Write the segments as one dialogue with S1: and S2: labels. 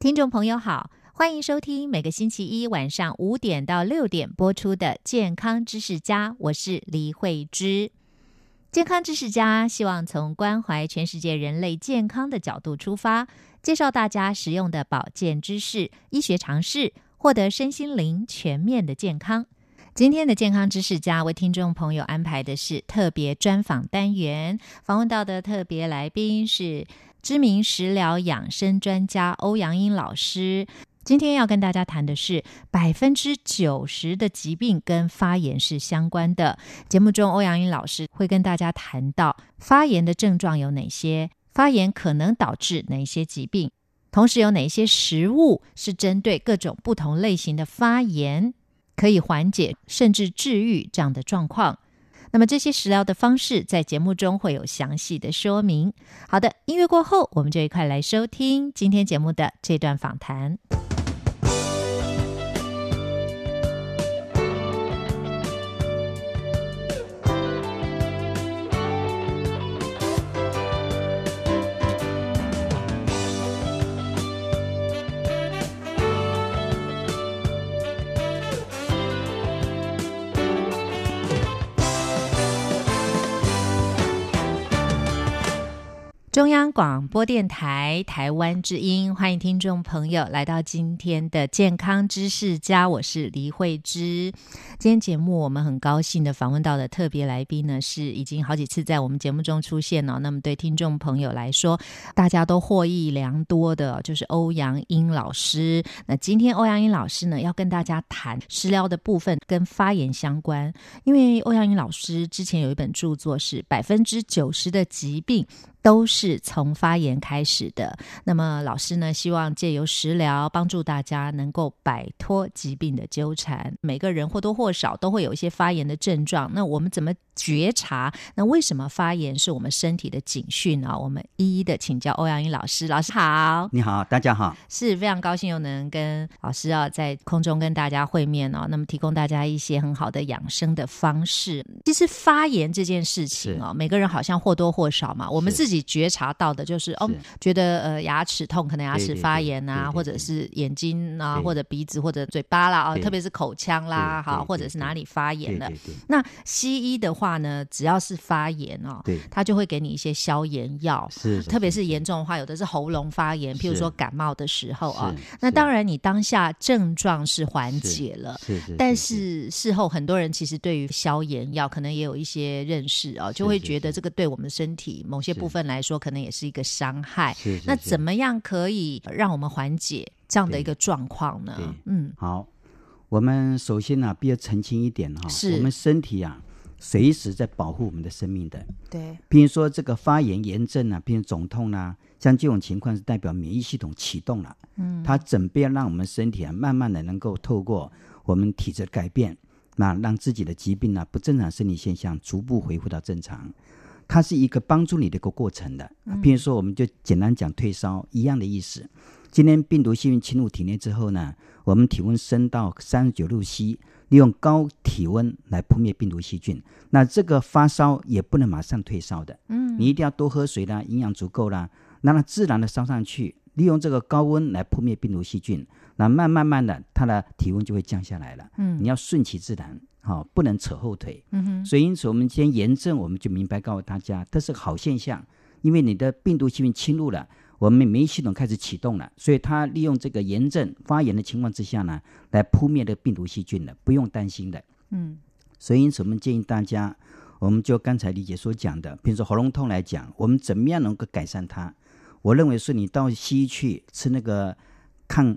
S1: 听众朋友好，欢迎收听每个星期一晚上五点到六点播出的《健康知识家》，我是李慧芝。健康知识家希望从关怀全世界人类健康的角度出发，介绍大家实用的保健知识、医学常识，获得身心灵全面的健康。今天的健康知识家为听众朋友安排的是特别专访单元，访问到的特别来宾是知名食疗养生专家欧阳英老师。今天要跟大家谈的是百分之九十的疾病跟发炎是相关的。节目中，欧阳英老师会跟大家谈到发炎的症状有哪些，发炎可能导致哪些疾病，同时有哪些食物是针对各种不同类型的发炎可以缓解甚至治愈这样的状况。那么这些食疗的方式在节目中会有详细的说明。好的，音乐过后，我们就一块来收听今天节目的这段访谈。中央广播电台台湾之音，欢迎听众朋友来到今天的健康知识家，我是黎慧芝。今天节目我们很高兴的访问到的特别来宾呢，是已经好几次在我们节目中出现哦了。那么对听众朋友来说，大家都获益良多的，就是欧阳英老师。那今天欧阳英老师呢，要跟大家谈食疗的部分跟发炎相关，因为欧阳英老师之前有一本著作是百分之九十的疾病。都是从发炎开始的。那么老师呢，希望借由食疗帮助大家能够摆脱疾病的纠缠。每个人或多或少都会有一些发炎的症状，那我们怎么觉察？那为什么发炎是我们身体的警讯呢、我们一一的请教欧阳英老师。老师好，
S2: 你好，大家好。
S1: 是非常高兴又能跟老师啊在空中跟大家会面哦，那么提供大家一些很好的养生的方式。其实发炎这件事情哦，每个人好像或多或少嘛，我们
S2: 是
S1: 自己觉察到的就是哦
S2: 是，
S1: 觉得呃牙齿痛，可能牙齿
S2: 对对
S1: 发
S2: 对
S1: 炎
S2: 对
S1: 啊，
S2: 对
S1: 或者
S2: 对
S1: 是眼睛啊，
S2: 对
S1: 或者鼻子或者嘴巴啦啊，
S2: 对
S1: 特别是口腔啦，
S2: 对对
S1: 哈，
S2: 对
S1: 或者是哪里发
S2: 对
S1: 炎了
S2: 对。对
S1: 那西医的话呢，只要是发炎哦，
S2: 对，
S1: 它就会给你一些消炎药。
S2: 是，
S1: 特别是严重的话，有的是喉咙发炎，譬如
S2: 嗯是
S1: 说感冒的时候啊，
S2: 是，
S1: 那
S2: 是
S1: 当然，你当下症状是缓
S2: 是
S1: 解了。
S2: 是是，
S1: 但是事后，很多人其实对于消炎药可能也有一些认识哦，就是会
S2: 是
S1: 觉得
S2: 是
S1: 这个对我们身体某些
S2: 是
S1: 部分来说，可能也是一个伤害。
S2: 是
S1: 那怎
S2: 么
S1: 么样可以让我们缓解这样的一个状况
S2: 对
S1: 呢？嗯，
S2: 好？我们首先呢、必须澄清一点哈、
S1: 是
S2: 我们身体啊，随时在保护我们的生命的。
S1: 对，
S2: 比如说这个发炎、炎症啊，比如肿痛啦、像这种情况是代表免疫系统启动了，嗯，它准备要让我们身体啊，慢慢的能够透过我们体质的改变，那让自己的疾病呢、不正常生理现象逐步恢复到正常。它是一个帮助你的一个过程的，比如说我们就简单讲退烧一样的意思。今天病毒细菌侵入体内之后呢，我们体温升到三十九度 C，利用高体温来扑灭病毒细菌。那这个发烧也不能马上退烧的，嗯，你一定要多喝水啦，营养足够啦，让它自然的烧上去，利用这个高温来扑灭病毒细菌，那慢慢慢的，它的体温就会降下来了。嗯，你要顺其自然，好、不能扯后腿。嗯哼，所以因此我们今天炎症，我们就明白告诉大家，它是个好现象，因为你的病毒细菌侵入了。我们免疫系统开始启动了，所以它利用这个炎症发炎的情况之下呢，来扑灭的病毒细菌了，不用担心的。所以因此我们建议大家，我们就刚才李姐所讲的，比如说喉咙痛来讲，我们怎么样能够改善它？我认为是你到西医去吃那个抗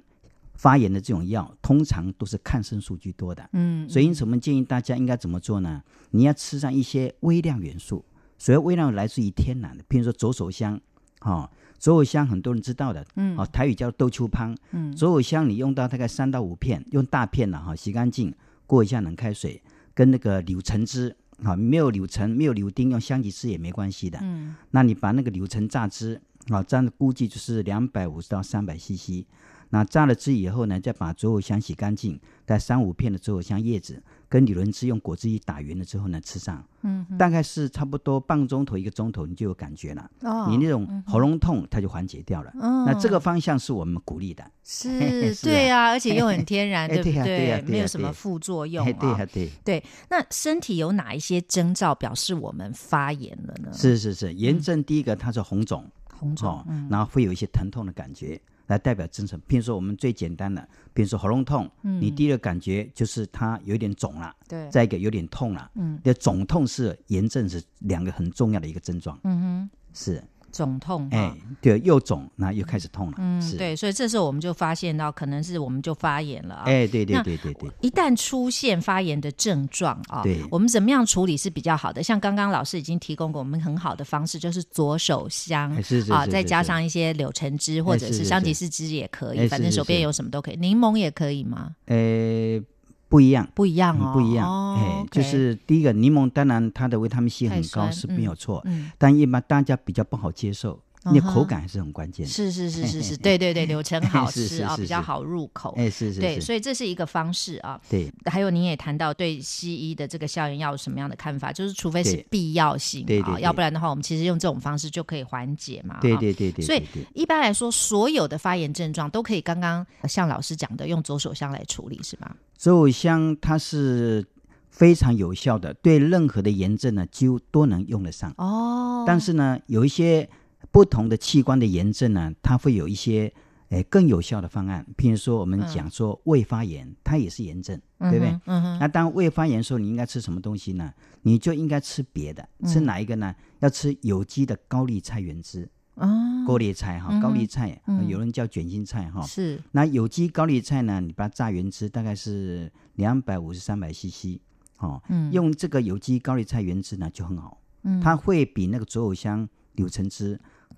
S2: 发炎的这种药，通常都是抗生素居多的。
S1: 嗯，
S2: 所以，因此我们建议大家应该怎么做呢？你要吃上一些微量元素，所谓微量来自于天然的，譬如说左手香，哦，左手香很多人知道的，
S1: 嗯
S2: 哦，台语叫豆秋汤，
S1: 嗯
S2: 左手香你用到大概三到五片，用大片了哈，洗干净，过一下冷开水，跟那个柳橙汁，好、没有柳橙，没有柳丁，用香吉士也没关系的。
S1: 嗯
S2: 那你把那个柳橙榨汁，啊，这样的估计就是两百五十到三百 CC。那榨了汁以后呢，再把左藕香洗干净，带三五片的左藕香叶子跟柳仁汁用果汁一打匀了之后呢，吃上，
S1: 嗯哼，
S2: 大概是差不多半个钟头一个钟头，你就有感觉了，
S1: 哦
S2: 你那种喉咙痛它就缓解掉了。
S1: 嗯
S2: 那这个方向是我们鼓励的，
S1: 是
S2: 是啊
S1: 对啊，而且又很天然，
S2: 哎
S1: 不
S2: 对呀对呀对呀
S1: 没有什
S2: 对呀
S1: 么副作用
S2: 哎，对
S1: 啊
S2: 啊。对。
S1: 对，那身体有哪一些征兆表示我们发炎了呢？
S2: 是是是，炎症第一个它是红肿，
S1: 红肿嗯
S2: 哦，然后会有一些疼痛的感觉，来代表真诚。比如说我们最简单的，比如说喉咙痛，你第一个感觉就是它有一点肿了，
S1: 嗯对
S2: 再一个有点痛了，嗯，那肿痛是炎症是两个很重要的一个症状，嗯哼，是，
S1: 肿痛哈。
S2: 哎，对，又肿，然后又开始痛了，
S1: 嗯，
S2: 是，，
S1: 对，所以这时候我们就发现到，可能是我们就发炎了啊。
S2: 哎，对对
S1: 那
S2: 对对对，
S1: 一旦出现发炎的症状啊
S2: 对，
S1: 我们怎么样处理是比较好的？像刚刚老师已经提供给我们很好的方式，就是左手香
S2: 哎是是
S1: 啊，
S2: 是
S1: 再
S2: 是
S1: 加
S2: 是
S1: 上一些柳橙汁或
S2: 哎
S1: 者
S2: 是
S1: 是
S2: 是
S1: 香
S2: 是
S1: 吉士汁也可以，
S2: 哎
S1: 反
S2: 是
S1: 正
S2: 是
S1: 手边
S2: 是
S1: 有什么都可以。柠檬也可以吗？
S2: 呃，不一样。
S1: 不一样
S2: 嗯
S1: 哦，
S2: 不一样，
S1: 哦
S2: 哎，
S1: OK
S2: 就是第一个柠檬，当然它的维他命 C
S1: 太
S2: 很高
S1: 酸
S2: 是
S1: 嗯
S2: 没有错，
S1: 嗯，
S2: 但一般大家比较不好接受，因为
S1: 嗯哼
S2: 口感还是很关键的。
S1: 是是是是是，对对对，柳橙好
S2: 哎 是
S1: 吃
S2: 是
S1: 啊，
S2: 是
S1: 比较
S2: 是
S1: 好入口。
S2: 哎，是是
S1: 对，
S2: 是，
S1: 所以这是一个方式啊。
S2: 对
S1: 还有您也谈到对西医的这个消炎药有什么样的看法？就是除非是
S2: 对
S1: 必要性
S2: 对
S1: 啊，
S2: 对对
S1: 要不然的话，我们其实用这种方式就可以缓解嘛。
S2: 对
S1: 啊。
S2: 对对对，
S1: 所以
S2: 对对
S1: 一般来说，所有的发炎症状都可以刚刚像老师讲的，用左手香来处理，是吧？
S2: 左藕香它是非常有效的，对任何的炎症呢几乎都能用得上。
S1: 哦，
S2: 但是呢，有一些不同的器官的炎症呢，它会有一些。诶，更有效的方案，譬如说我们讲说胃发炎，它也是炎症，对不对？
S1: 嗯嗯哼？嗯哼，
S2: 那当胃发炎的时候，你应该吃什么东西呢？你就应该吃别的，
S1: 嗯
S2: 吃哪一个呢？要吃有机的高丽菜原汁，
S1: 啊，
S2: 高丽菜哈，
S1: 嗯哼
S2: 高丽菜，
S1: 嗯
S2: 有人叫卷心菜哈，
S1: 哦是
S2: 那有机高丽菜呢，你把它榨原汁，大概是两百五十三百 CC 哦。
S1: 嗯
S2: 用这个有机高丽菜原汁呢就很好，
S1: 嗯
S2: 它会比那个左藕香、柳橙汁，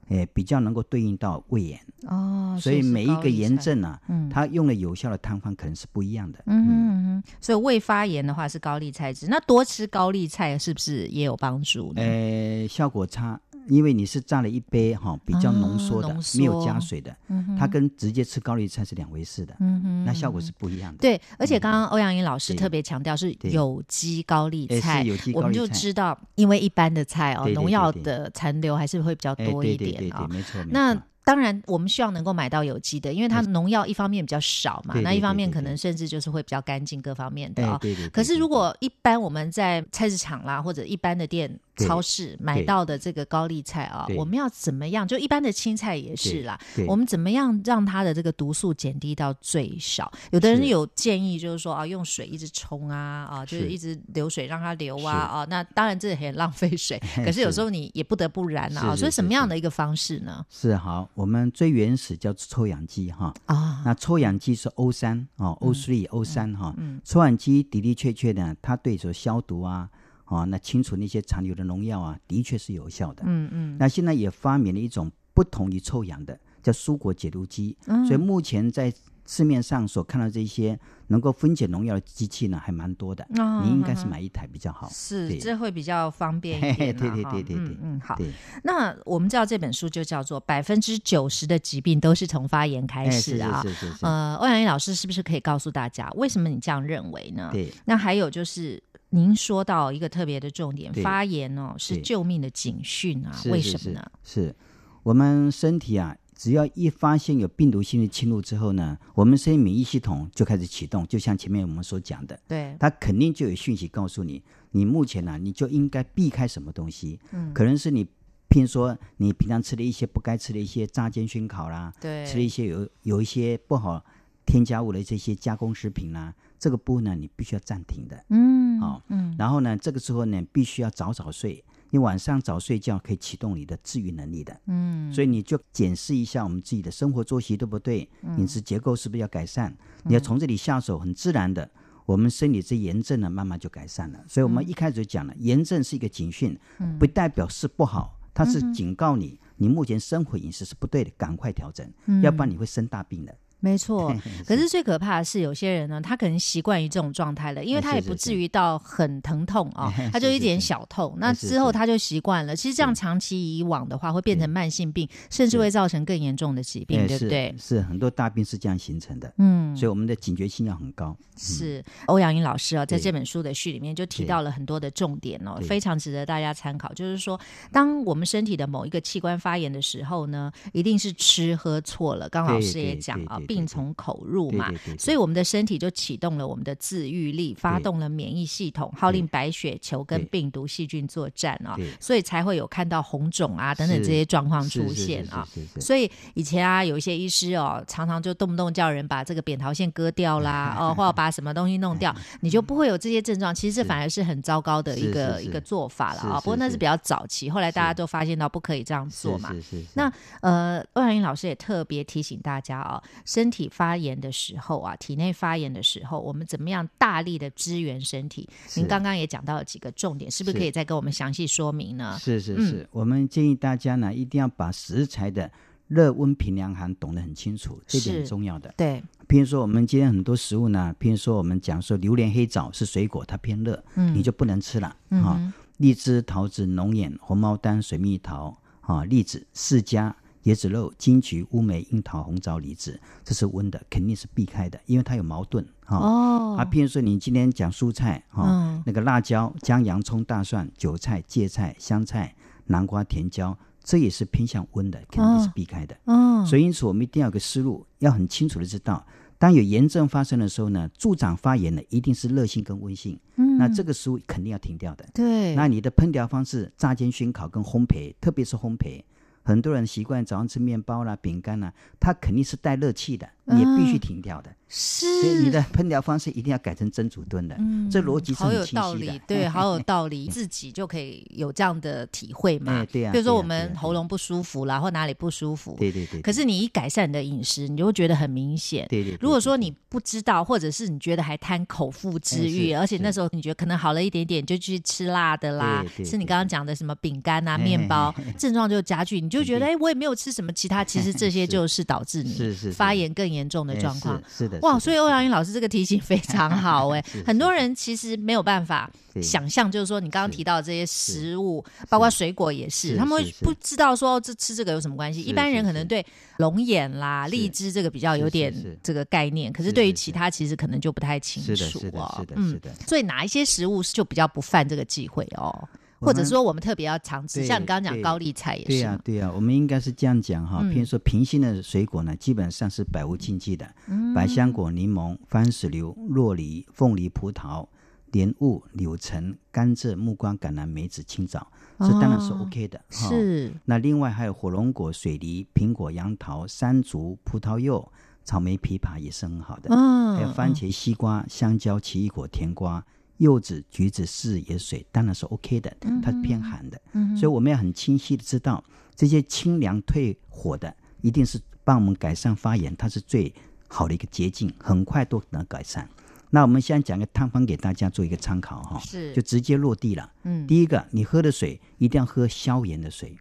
S2: 诶、比较能够对应到胃炎。
S1: 哦，
S2: 所以
S1: 是
S2: 每一
S1: 高
S2: 个
S1: 丽
S2: 炎
S1: 菜，
S2: 症呢、
S1: 嗯
S2: 它用的有效的汤方可能是不一样的。
S1: 嗯哼嗯哼，所以胃发炎的话是高丽菜汁，那多吃高丽菜是不是也有帮助呢？
S2: 呃，效果差，因为你是榨了一杯哈、比较浓缩的，
S1: 啊浓缩
S2: 没有加水的，
S1: 嗯哼
S2: 它跟直接吃高丽菜是两回事的，
S1: 嗯哼，
S2: 那效果是不一样的。
S1: 对，而且刚刚欧阳英老师
S2: 嗯对
S1: 特别强调是
S2: 对
S1: 有机高丽
S2: 诶
S1: 菜
S2: 是。有机
S1: 我
S2: 高
S1: 们
S2: 丽
S1: 就
S2: 菜，
S1: 知道，因为一般的菜哦，
S2: 对对
S1: 农
S2: 对
S1: 药
S2: 对
S1: 的残留还是会比较
S2: 哎，
S1: 多一
S2: 对对
S1: 点
S2: 对
S1: 啊
S2: 对，。没错没错。哎
S1: 那当然，我们希望能够买到有机的，因为它农药一方面比较少嘛，
S2: 对对
S1: 那一方面
S2: 对对
S1: 可
S2: 对
S1: 能甚至就是会比较干净各方面的
S2: 哎
S1: 啊。
S2: 对对对
S1: 可是
S2: 对
S1: 如
S2: 对
S1: 果一般我们在菜市场啦，或者一般的店、
S2: 对
S1: 超市买
S2: 对
S1: 到的这个高丽菜啊，
S2: 对
S1: 我们要怎么样？就一般的青菜也是啦，
S2: 对
S1: 我们怎么样让它的这个毒素减低到最少？有的人
S2: 是
S1: 有建议，就是说啊，用水一直冲啊，啊，就是
S2: 是
S1: 一直流水让它流啊，
S2: 是
S1: 啊，那当然这也很浪费 水，可是有时候你也不得不然啊，
S2: 是是
S1: 所以
S2: 是
S1: 什么样
S2: 是
S1: 的一个方式呢？
S2: 是好，我们最原始叫抽氧机哈，
S1: 啊，嗯
S2: 那抽氧机是 O 三哦，O three O 三哈，抽氧机的的确确呢，它对所消毒啊，哦，那清除那些残留的农药啊，的确是有效的。
S1: 嗯嗯
S2: 那现在也发明了一种不同于臭氧的，叫蔬果解毒机。
S1: 嗯
S2: 所以目前在市面上所看到这些能够分解农药的机器呢，还蛮多的。
S1: 啊
S2: 你应该是买一台比较好。
S1: 是，
S2: 对
S1: 这会比较方便一
S2: 嘿
S1: 点、
S2: 嘿
S1: 啊。
S2: 对对
S1: 哈
S2: 对对
S1: 嗯
S2: 对
S1: 嗯，好。
S2: 对，
S1: 那我们知道这本书就叫做《百分之九十的疾病都是从发炎开
S2: 哎，
S1: 始
S2: 是》
S1: 啊。
S2: 是是是是，
S1: 呃，欧阳英老师是不是可以告诉大家，为什么你这样认为呢？
S2: 对。
S1: 那还有就是，您说到一个特别的重点，
S2: 对
S1: 发炎哦是
S2: 对
S1: 救命的警讯啊，
S2: 是
S1: 为
S2: 是
S1: 什么呢？
S2: 是是我们身体啊，只要一发现有病毒性的侵入之后呢，我们身体免疫系统就开始启动，就像前面我们所讲的，
S1: 对，
S2: 它肯定就有讯息告诉你，你目前啊呢、你就应该避开什么东西，
S1: 嗯
S2: 可能是你。譬如说，你平常吃的一些不该吃的一些炸煎熏烤啦，
S1: 对
S2: 吃了一些有有一些不好添加物的这些加工食品啦，这个部分呢，你必须要暂停的。
S1: 嗯，
S2: 哦
S1: 嗯，
S2: 然后呢，这个时候呢，必须要早早睡，你晚上早睡觉可以启动你的治愈能力的。
S1: 嗯，
S2: 所以你就检视一下我们自己的生活作息对不对，
S1: 嗯
S2: 饮食结构是不是要改善？你要从这里下手，很自然的，我们身体这炎症呢，慢慢就改善了。所以我
S1: 嗯
S2: 们一开始就讲了，炎症是一个警讯，不代表是不好，它是警告你，你目前生活饮食是不对的，赶快调整，要不然你会生大病的。
S1: 嗯没错，可是最可怕的是，有些人呢，他可能习惯于这种状态了，因为他也
S2: 哎是
S1: 不
S2: 是
S1: 至
S2: 是
S1: 于到很疼痛啊、
S2: 是
S1: 他就一
S2: 是
S1: 点
S2: 是哎
S1: 小痛，那
S2: 是
S1: 之后
S2: 是
S1: 他就习惯了。其实这样长期以往的话，会变成慢性病，甚至会造成更严重的疾病，
S2: 哎
S1: 对不
S2: 是
S1: 对？
S2: 是很多大病是这样形成的，
S1: 嗯，
S2: 所以我们的警觉性要很高。
S1: 是欧阳云老师啊，在
S2: 嗯对
S1: 这本书的序里面就提
S2: 对
S1: 到了很多的重点哦，
S2: 对
S1: 非常值得大家参考。就是说，当我们身体的某一个器官发炎的时候呢，一定是吃喝错了。刚老
S2: 对
S1: 师也
S2: 对
S1: 讲
S2: 对
S1: 啊
S2: 对，
S1: 病
S2: 对对
S1: 从口入
S2: 对
S1: 嘛
S2: 对对，对
S1: 所以我们的身体就启动了我们的自愈力，发
S2: 对
S1: 动了免疫系统，号令
S2: 对
S1: 白血球跟
S2: 对
S1: 病毒细菌作战啊
S2: 对，
S1: 所以才会有看到红肿啊等等
S2: 是
S1: 这些状况
S2: 是
S1: 出
S2: 是是
S1: 现啊。
S2: 是是是
S1: 所以以前啊，有一些医师哦，常常就动不动叫人把这个扁桃腺割掉 啦，哦，或者把什么东西弄 掉，你就不会有这些症状。其实这反而是很糟糕的一个
S2: 是是是
S1: 一个做法了
S2: 是
S1: 啊、
S2: 是
S1: 不过那是
S2: 是
S1: 比较早期，后来大家都发现到不可以这样做嘛。
S2: 是是是是
S1: 那呃，欧阳云老师也特别提醒大家啊、身体发炎的时候啊，体内发炎的时候，我们怎么样大力的支援身体？您
S2: 是
S1: 刚刚也讲到了几个重点，是不是
S2: 是
S1: 可以再跟我们详细说明呢？
S2: 是是是，我们建议大家呢，一定要把食材的热温平凉寒懂得很清楚，这点很
S1: 是
S2: 重要的。
S1: 对，
S2: 譬如说，我们今天很多食物呢，譬如说我们讲说榴莲黑枣是水果，它偏热，
S1: 嗯
S2: 你就不能吃了啊、
S1: 嗯哼
S2: 荔枝、桃子、龙眼、红毛丹、水蜜桃啊、栗子、释迦、椰子肉、金桔、乌梅、樱桃、红枣、李子，这是温的，肯定是避开的，因为它有矛盾啊。
S1: 哦
S2: 啊，譬如说你今天讲蔬菜哈、
S1: 嗯
S2: 那个辣椒、姜、洋葱、大蒜、韭菜、芥菜、香菜、南瓜、甜椒，这也是偏向温的，肯
S1: 哦
S2: 定是避开的。
S1: 嗯，
S2: 所以，因此我们一定要有个思路，要很清楚的知道，当有炎症发生的时候呢，助长发炎的一定是热性跟温性，
S1: 嗯
S2: 那这个食物肯定要停掉的。
S1: 对，
S2: 那你的烹调方式，炸煎、熏烤跟烘焙，特别是烘焙，很多人习惯早上吃面包啦、饼干啦，它肯定是带热气的，
S1: 嗯
S2: 你也必须停掉的。所以
S1: 是
S2: 你的烹调方式一定要改成蒸煮炖的，这逻辑是
S1: 好
S2: 很
S1: 有
S2: 清
S1: 道
S2: 晰
S1: 理
S2: 的。， 嗯
S1: 对，好有道理，自己就可以有这样的体会嘛
S2: 哎。对啊
S1: 比如说
S2: 对啊
S1: 我
S2: 对啊
S1: 们
S2: 对啊
S1: 喉咙不舒服啦，或哪里不舒服，
S2: 对对对。
S1: 可是你一改善你的饮食，你就会觉得很明显。
S2: 对对对
S1: 如果
S2: 对
S1: 说
S2: 对
S1: 你不知道，或者是你觉得还贪口腹之
S2: 哎
S1: 欲，
S2: 是
S1: 而且那
S2: 是
S1: 时候你觉得可能好了一点点，你就去吃辣的啦
S2: 对，对
S1: 吃你
S2: 对
S1: 刚刚讲的什么饼干啊、
S2: 嘿
S1: 面
S2: 嘿
S1: 包，症状就加剧，你就觉得
S2: 对
S1: 哎，我也没有吃什么其他，其实这些
S2: 是
S1: 就是导致你
S2: 是是是
S1: 发炎更严重的
S2: 哎
S1: 状况。
S2: 是是的，
S1: 哇，
S2: 是的
S1: 所以欧阳云老师这个提醒非常 好哎、
S2: 是是
S1: 很多人其实没有办法
S2: 对
S1: 想象，就是说你刚刚
S2: 是
S1: 提到的这些食物，包括水果也是，
S2: 是
S1: 他们会
S2: 是是
S1: 不知道说这吃这个有什么关系。
S2: 是
S1: 一般人
S2: 是
S1: 可能
S2: 是
S1: 对龙眼啦、
S2: 是
S1: 荔枝这个比较
S2: 是
S1: 有
S2: 是
S1: 点
S2: 是
S1: 这个概念，可是
S2: 是
S1: 对于
S2: 是
S1: 其
S2: 是
S1: 他其实可能就不太清
S2: 是的，
S1: 楚
S2: 是的，
S1: 哦
S2: 是。的，是
S1: 嗯，
S2: 的。
S1: 所以哪一些食物就比较不犯这个忌讳哦，
S2: 我
S1: 或者
S2: 们
S1: 说我们特别要常吃，
S2: 对
S1: 像你刚刚讲
S2: 对
S1: 高丽菜也
S2: 对
S1: 是嗯
S2: 呀、
S1: 嘛，
S2: 对呀、我们应该是这样讲哈。譬如说，平心的水果呢，基本上是百无禁忌的，
S1: 嗯
S2: 百香果、柠檬、番石榴、洛梨、凤梨、葡萄、莲雾、柳橙、甘蔗、木瓜、橄榄、梅子、青枣，这当然是
S1: 哦
S2: OK 的。哈。
S1: 是
S2: 那另外还有火龙果、水梨、苹果、杨桃、山竹、葡萄柚、草莓、枇杷也是很好的。
S1: 嗯，
S2: 还有番
S1: 嗯
S2: 茄、西瓜、香蕉、奇异果、甜瓜、柚子、橘子、柿子、野水，当然是 OK 的，
S1: 嗯
S2: 它是偏寒的，所以我们要很清晰的知道这些清凉退火的，一定是帮我们改善发炎，它是最好的一个捷径，很快都能改善。那我们现在讲个汤方给大家做一个参考哈、
S1: 是
S2: 哎就直接落地了。
S1: 嗯
S2: 第一个，你喝的水一定要喝消炎的水。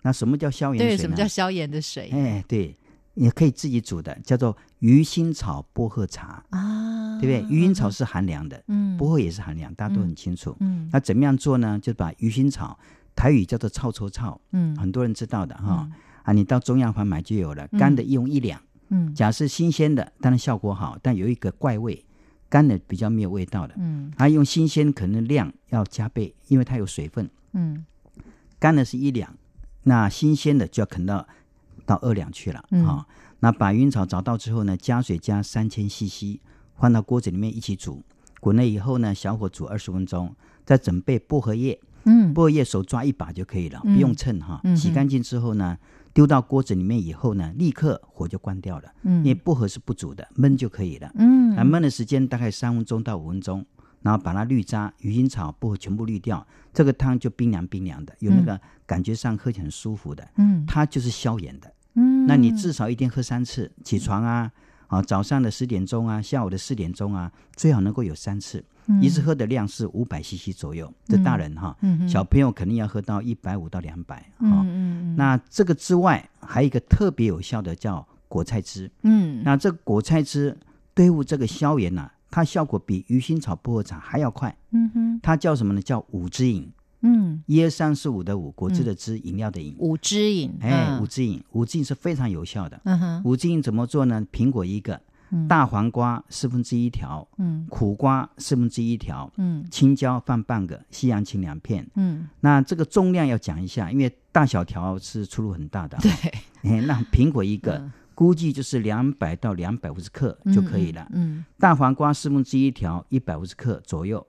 S2: 那什么叫消炎水
S1: 对
S2: 呢？
S1: 什么叫消炎的水
S2: 哎，对，也可以自己煮的，叫做鱼腥草薄荷茶，
S1: 啊？
S2: 对不对？鱼腥草是寒凉的，
S1: 嗯
S2: 薄荷也是寒凉，大家都很清楚。
S1: 嗯
S2: 那怎么样做呢？就把鱼腥草，台语叫做臭臭草，
S1: 嗯
S2: 很多人知道的哈。啊，你到中药房买就有了，干的一用一两。
S1: 嗯
S2: 假设新鲜的，当然效果好，但有一个怪味，干的比较没有味道的。
S1: 嗯
S2: 啊，用新鲜可能量要加倍，因为它有水分。
S1: 嗯
S2: 干的是一两，那新鲜的就要啃到到二两去了啊、
S1: 嗯
S2: 那把云草找到之后呢，加水加三千 CC，放到锅子里面一起煮，滚了以后呢，小火煮二十分钟，再准备薄荷叶，
S1: 嗯
S2: 薄荷叶手抓一把就可以了，
S1: 嗯
S2: 不用称哈、
S1: 嗯哼
S2: 洗干净之后呢，丢到锅子里面以后呢，立刻火就关掉了，因为
S1: 嗯
S2: 薄荷是不煮的，焖就可以了。
S1: 嗯
S2: 那焖的时间大概三分钟到五分钟，然后把它绿渣、鱼腥草、薄荷全部滤掉，这个汤就冰凉冰凉的，有那个感觉上喝起来很舒服的。
S1: 嗯
S2: 它就是消炎的，
S1: 嗯，
S2: 那你至少一天喝三次，起床啊，啊早上的十点钟啊，下午的四点钟啊，最好能够有三次。一次喝的量是五百 CC 左右，这大人哈，
S1: 嗯
S2: 小朋友肯定要喝到一百五到两百啊。
S1: 嗯嗯
S2: 那这个之外，还有一个特别有效的叫果菜汁。
S1: 嗯
S2: 那这个果菜汁对付这个消炎呐、啊它效果比鱼腥草、薄荷茶还要快。
S1: 嗯哼
S2: 它叫什么呢？叫五汁饮，
S1: 嗯，
S2: 一二三四五的五，果汁的汁，饮料的饮。
S1: 五支饮，
S2: 哎，五
S1: 嗯
S2: 汁饮，五汁饮是非常有效的。
S1: 嗯哼，
S2: 五汁饮怎么做呢？苹果一个，大黄瓜四分之一条，
S1: 嗯
S2: 苦瓜四分之一条，
S1: 嗯
S2: 青椒放半个，西洋芹两片。
S1: 嗯，
S2: 那这个重量要讲一下，因为大小条是出入很大的啊。
S1: 对，
S2: 哎，那苹果一个
S1: 嗯
S2: 估计就是两百到两百五十克就可以了。
S1: 嗯
S2: 大黄瓜四分之一条一百五十克左右，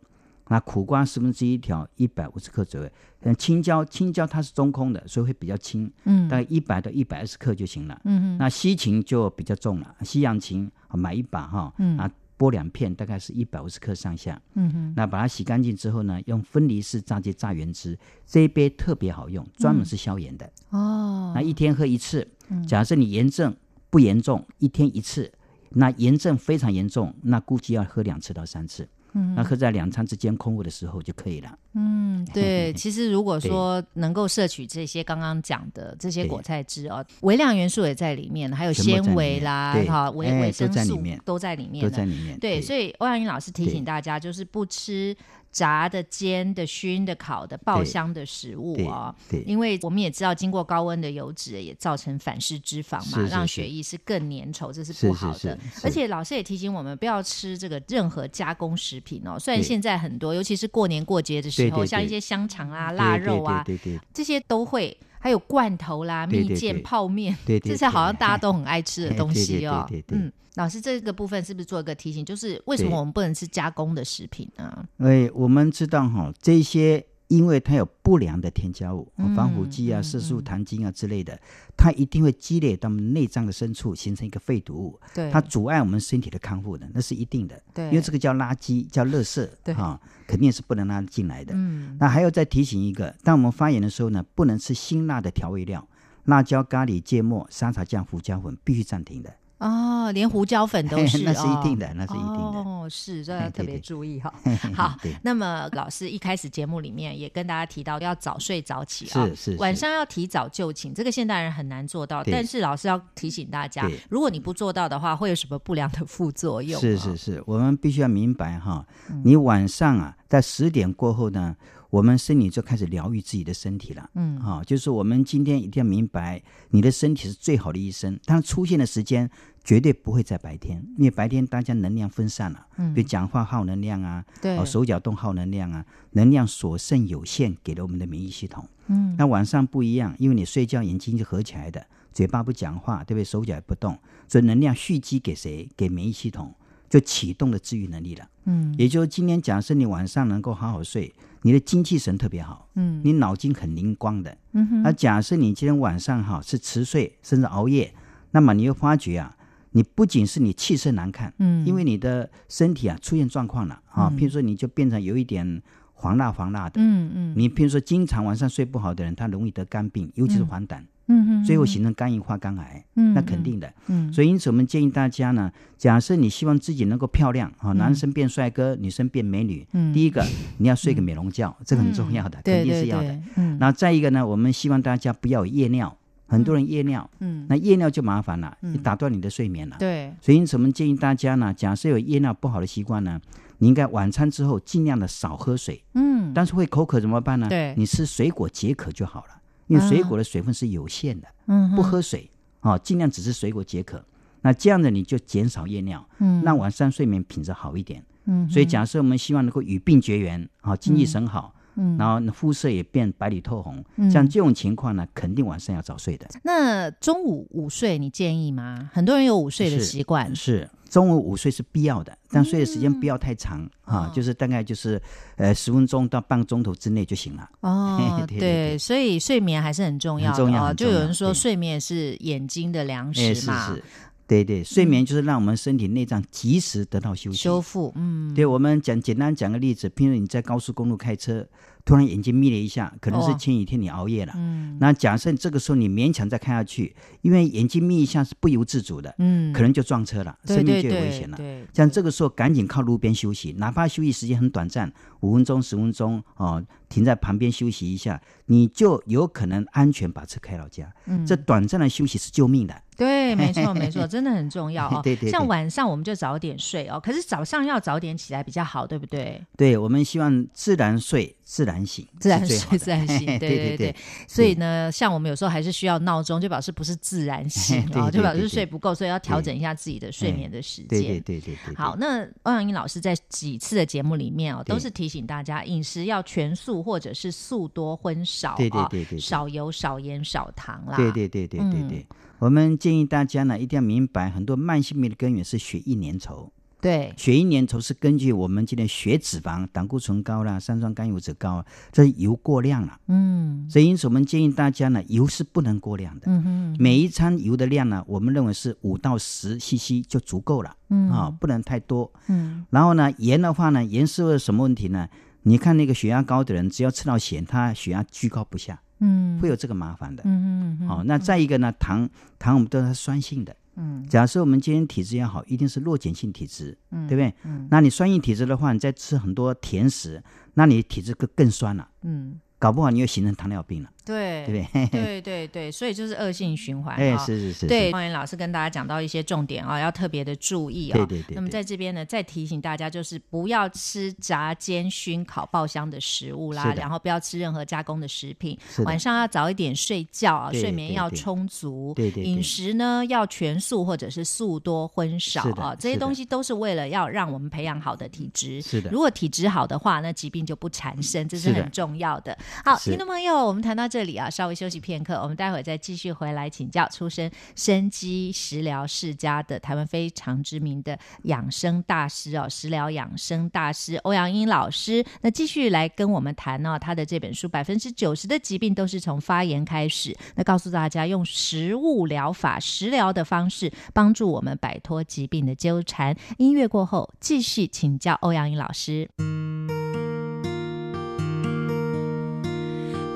S2: 那苦瓜四分之一条一百五十克左右。嗯，青椒青椒它是中空的，所以会比较轻，
S1: 嗯
S2: 大概一百到一百二十克就行了。
S1: 嗯嗯
S2: 那西芹就比较重了，西洋芹啊买一把哈，
S1: 嗯
S2: 啊剥两片，大概是一百五十克上下。
S1: 嗯哼
S2: 那把它洗干净之后呢，用分离式榨汁榨原汁，这一杯特别好用，专门是消炎的。
S1: 嗯哦，嗯
S2: 那一天喝一次，假设你炎症不严重，一天一次；那炎症非常严重，那估计要喝两次到三次。那喝在两餐之间空腹的时候就可以了。
S1: 嗯，对，其实如果
S2: 对
S1: 说能够摄取这些刚刚讲的这些
S2: 对
S1: 果菜汁哦，微量元素也在里面，还有
S2: 全部在
S1: 纤
S2: 里
S1: 维
S2: 面
S1: 啦，
S2: 对
S1: 哈，维
S2: 哎
S1: 维
S2: 都
S1: 生
S2: 在里
S1: 素
S2: 面
S1: 都在里面
S2: 都
S1: 呢，
S2: 在里面。
S1: 对，所以欧阳云老师提醒
S2: 对
S1: 大家，就是不吃炸的、煎的、熏的、烤的、爆香的食物
S2: 对
S1: 哦。
S2: 对
S1: 因为我们也知道，经过高温的油脂也造成反式脂肪嘛，
S2: 是是
S1: 让
S2: 是
S1: 血液是更粘稠，这是
S2: 是
S1: 不
S2: 是
S1: 好的。
S2: 是是
S1: 而且老师也提醒我们，不要吃这个任何加工食品哦。虽然
S2: 对
S1: 现在很多，尤其是过年过节的时候，
S2: 对对对
S1: 像一些香肠啊、腊肉啊
S2: 对对对
S1: 这些都会，还有罐头啦、
S2: 对
S1: 蜜
S2: 对
S1: 饯、
S2: 对
S1: 泡面，
S2: 对对对
S1: 这是好像大家都很爱吃的东西哦。
S2: 对对对对对
S1: 嗯，老师这个部分是不是做一个提醒？就是为什么
S2: 对
S1: 我们不能吃加工的食品呢？
S2: 对。哎，我们知道哈，这些因为它有不良的添加物，
S1: 嗯
S2: 防腐剂啊、
S1: 嗯
S2: 色素、
S1: 嗯
S2: 糖精啊之类的，它一定会积累到我们内脏的深处，形成一个废毒物，
S1: 对，
S2: 它阻碍我们身体的康复的，那是一定的。
S1: 对，
S2: 因为这个叫垃圾，叫垃圾，
S1: 对
S2: 啊，肯定是不能拉进来的。
S1: 嗯
S2: 那还要再提醒一个，当我们发炎的时候呢，不能吃辛辣的调味料，辣椒、咖喱、芥末、沙茶酱、胡椒粉必须暂停的，
S1: 哦，连胡椒粉都是，
S2: 那是一定
S1: 的。
S2: 的，那是一定的。哎
S1: 哦，是，这要
S2: 嘿对
S1: 特别
S2: 对
S1: 注意哈。
S2: 嘿嘿嘿
S1: 好
S2: 对，
S1: 那么老师一开始节目里面也跟大家提到要早睡早起啊、
S2: 是是是
S1: 晚上要提早就寝，这个现代人很难做到。
S2: 对
S1: 但是老师要提醒大家
S2: 对，
S1: 如果你不做到的话，会有什么不良的副作用、啊？嗯
S2: 是是是，我们必须要明白哈，你晚上啊，在十点过后呢，我们身体就开始疗愈自己的身体了。
S1: 嗯
S2: 啊，就是我们今天一定要明白，你的身体是最好的医生，它出现的时间绝对不会在白天，因为白天大家能量分散了，
S1: 嗯
S2: 比如讲话耗能量啊，
S1: 对，
S2: 哦，手脚动耗能量啊，能量所剩有限，给了我们的免疫系统。
S1: 嗯，
S2: 那晚上不一样，因为你睡觉眼睛就合起来的，嘴巴不讲话，对不对？手脚也不动，所以能量蓄积给谁？给免疫系统，就启动了治愈能力了。
S1: 嗯，
S2: 也就是今天假设你晚上能够好好睡，你的精气神特别好，
S1: 嗯，
S2: 你脑筋很灵光的。嗯哼，那假设你今天晚上哈是迟睡，甚至熬夜，那么你会发觉啊，你不仅是你气色难看，
S1: 嗯
S2: 因为你的身体啊出现状况了啊，譬如说你就变成有一点黄蜡黄蜡的，
S1: 嗯嗯
S2: 你譬如说经常晚上睡不好的人，他容易得肝病，尤其是黄疸，
S1: 嗯嗯，
S2: 最后形成肝硬化、肝癌，
S1: 嗯
S2: 那肯定的。
S1: 嗯
S2: 所以因此我们建议大家呢，假设你希望自己能够漂亮啊，男生变帅哥，女生变美女，
S1: 嗯
S2: 第一个你要睡个美容觉，这个很重要的，肯定是要的。，
S1: 嗯
S2: 那再一个呢，我们希望大家不要有夜尿，很多人夜尿，
S1: 嗯
S2: 那夜尿就麻烦了，你打断你的睡眠了。
S1: 对，
S2: 所以，因此我们建议大家呢，假设有夜尿不好的习惯呢，你应该晚餐之后尽量的少喝水，
S1: 嗯
S2: 但是会口渴怎么办呢？
S1: 对
S2: 你吃水果解渴就好了，因为水果的水分是有限的，
S1: 嗯
S2: 不喝水啊、尽量只吃水果解渴。那这样子你就减少夜尿，
S1: 嗯
S2: 让晚上睡眠品质好一点。
S1: 嗯
S2: 所以，假设我们希望能够与病绝缘啊，精气神好，
S1: 嗯
S2: 然后肤色也变白里透红，
S1: 嗯
S2: 像这种情况呢，肯定晚上要早睡的。
S1: 那中午午睡你建议吗？很多人有午睡的
S2: 是
S1: 习惯，
S2: 是中午午睡是必要的，但睡的时间不要太长、
S1: 嗯
S2: 啊
S1: 哦，
S2: 就是大概就是呃十分钟到半个钟头之内就行了。
S1: 哦，
S2: 嘿对对对
S1: 所以睡眠还是很重要的
S2: 很重要
S1: 哦。
S2: 很
S1: 就
S2: 重
S1: 有
S2: 要
S1: 人说，
S2: 对
S1: 睡眠是眼睛的粮
S2: 哎，
S1: 食
S2: 是
S1: 嘛。嗯
S2: 是，对对，睡眠就是让我们身体内脏及时得到休息。
S1: 修复，嗯，
S2: 对我们讲简单讲个例子，譬如你在高速公路开车，突然眼睛眯了一下，可能是
S1: 哦
S2: 前几天你熬夜了。
S1: 嗯
S2: 那假设这个时候你勉强再看下去，因为眼睛眯一下是不由自主的，
S1: 嗯，
S2: 可能就撞车了，
S1: 对
S2: 生命
S1: 对
S2: 就有危
S1: 对
S2: 险了。
S1: 对，
S2: 像这个时候赶紧靠路边休息，哪怕休息时间很短暂，五分钟、十分钟哦，停在旁边休息一下，你就有可能安全把车开到家。
S1: 嗯
S2: 这短暂的休息是救命的。
S1: 对，没错，没 错，真的很重要哦。
S2: 对对对
S1: 像晚上我们就早点睡哦，可是早上要早点起来比较好，对不对？
S2: 对，我们希望自然睡、自然醒，
S1: 自然
S2: 是最好
S1: 睡，
S2: 的
S1: 自然 醒，对
S2: 对
S1: 对。所以呢，像我们有时候还是需要闹钟，就表示不是自然醒
S2: 对
S1: 哦，
S2: 对
S1: 就表
S2: 对
S1: 示
S2: 对
S1: 睡不够，所以要调整一下自己的睡眠的时
S2: 对对
S1: 间。
S2: 对对对。
S1: 好，
S2: 对，
S1: 那欧阳英老师在几次的节目里面哦，
S2: 对
S1: 都是提醒大家饮食要全素或者是素多荤少
S2: 对对
S1: 啊，
S2: 对对对
S1: 少油、少盐、少糖啦。
S2: 对对对对对
S1: 嗯
S2: 对，我们建议大家呢，一定要明白，很多慢性病的根源是血液粘稠。
S1: 对
S2: 血液粘稠是根据我们今天血脂肪、胆固醇高啦、三酸甘油酯高，这是油过量了。
S1: 嗯
S2: 所以，因此我们建议大家呢，油是不能过量的。
S1: 嗯哼
S2: 每一餐油的量呢，我们认为是五到十 CC 就足够了
S1: 嗯
S2: 啊、不能太多。
S1: 嗯
S2: 然后呢，盐的话呢，盐是为了什么问题呢？你看那个血压高的人，只要吃到咸，他血压居高不下，
S1: 嗯
S2: 会有这个麻烦的。
S1: 嗯嗯
S2: 哦，那再一个呢，糖糖我们都是酸性的。
S1: 嗯，
S2: 假设我们今天体质要好，一定是弱碱性体质，嗯、对不对？嗯，那你酸性体质的话，你再吃很多甜食，那你体质更更酸了，
S1: 嗯，
S2: 搞不好你又形成糖尿病了，
S1: 对
S2: 对不对？
S1: 对对对，所以就是恶性循环
S2: 哎，
S1: 啊
S2: 是是是，是
S1: 对，方圆老师跟大家讲到一些重点啊、要特别的注意啊、
S2: 对对对
S1: 那么
S2: 对
S1: 在这边呢，再提醒大家，就是不要吃炸、煎、熏、烤、爆香的食物啦
S2: 是，的
S1: 然后不要吃任何加工的食品。
S2: 是的
S1: 晚上要早一点睡觉啊，
S2: 对
S1: 睡眠
S2: 对
S1: 要
S2: 对
S1: 充足。
S2: 对对对
S1: 饮食呢要全素或者是素多荤少
S2: 是的
S1: 啊，这些
S2: 是的
S1: 东西都是为了要让我们培养好的体质。
S2: 是的
S1: 如果体质好的话，那疾病就不缠身，这是
S2: 是的
S1: 很重要的。好，
S2: 是
S1: 听众朋友，我们谈到这里啊，稍微休息片刻，我们待会儿再继续回来请教出身生机食疗世家的台湾非常知名的养生大师哦，食疗养生大师欧阳英老师，那继续来跟我们谈哦，他的这本书百分之九十的疾病都是从发炎开始，那告诉大家用食物疗法、食疗的方式帮助我们摆脱疾病的纠缠。音乐过后，继续请教欧阳英老师。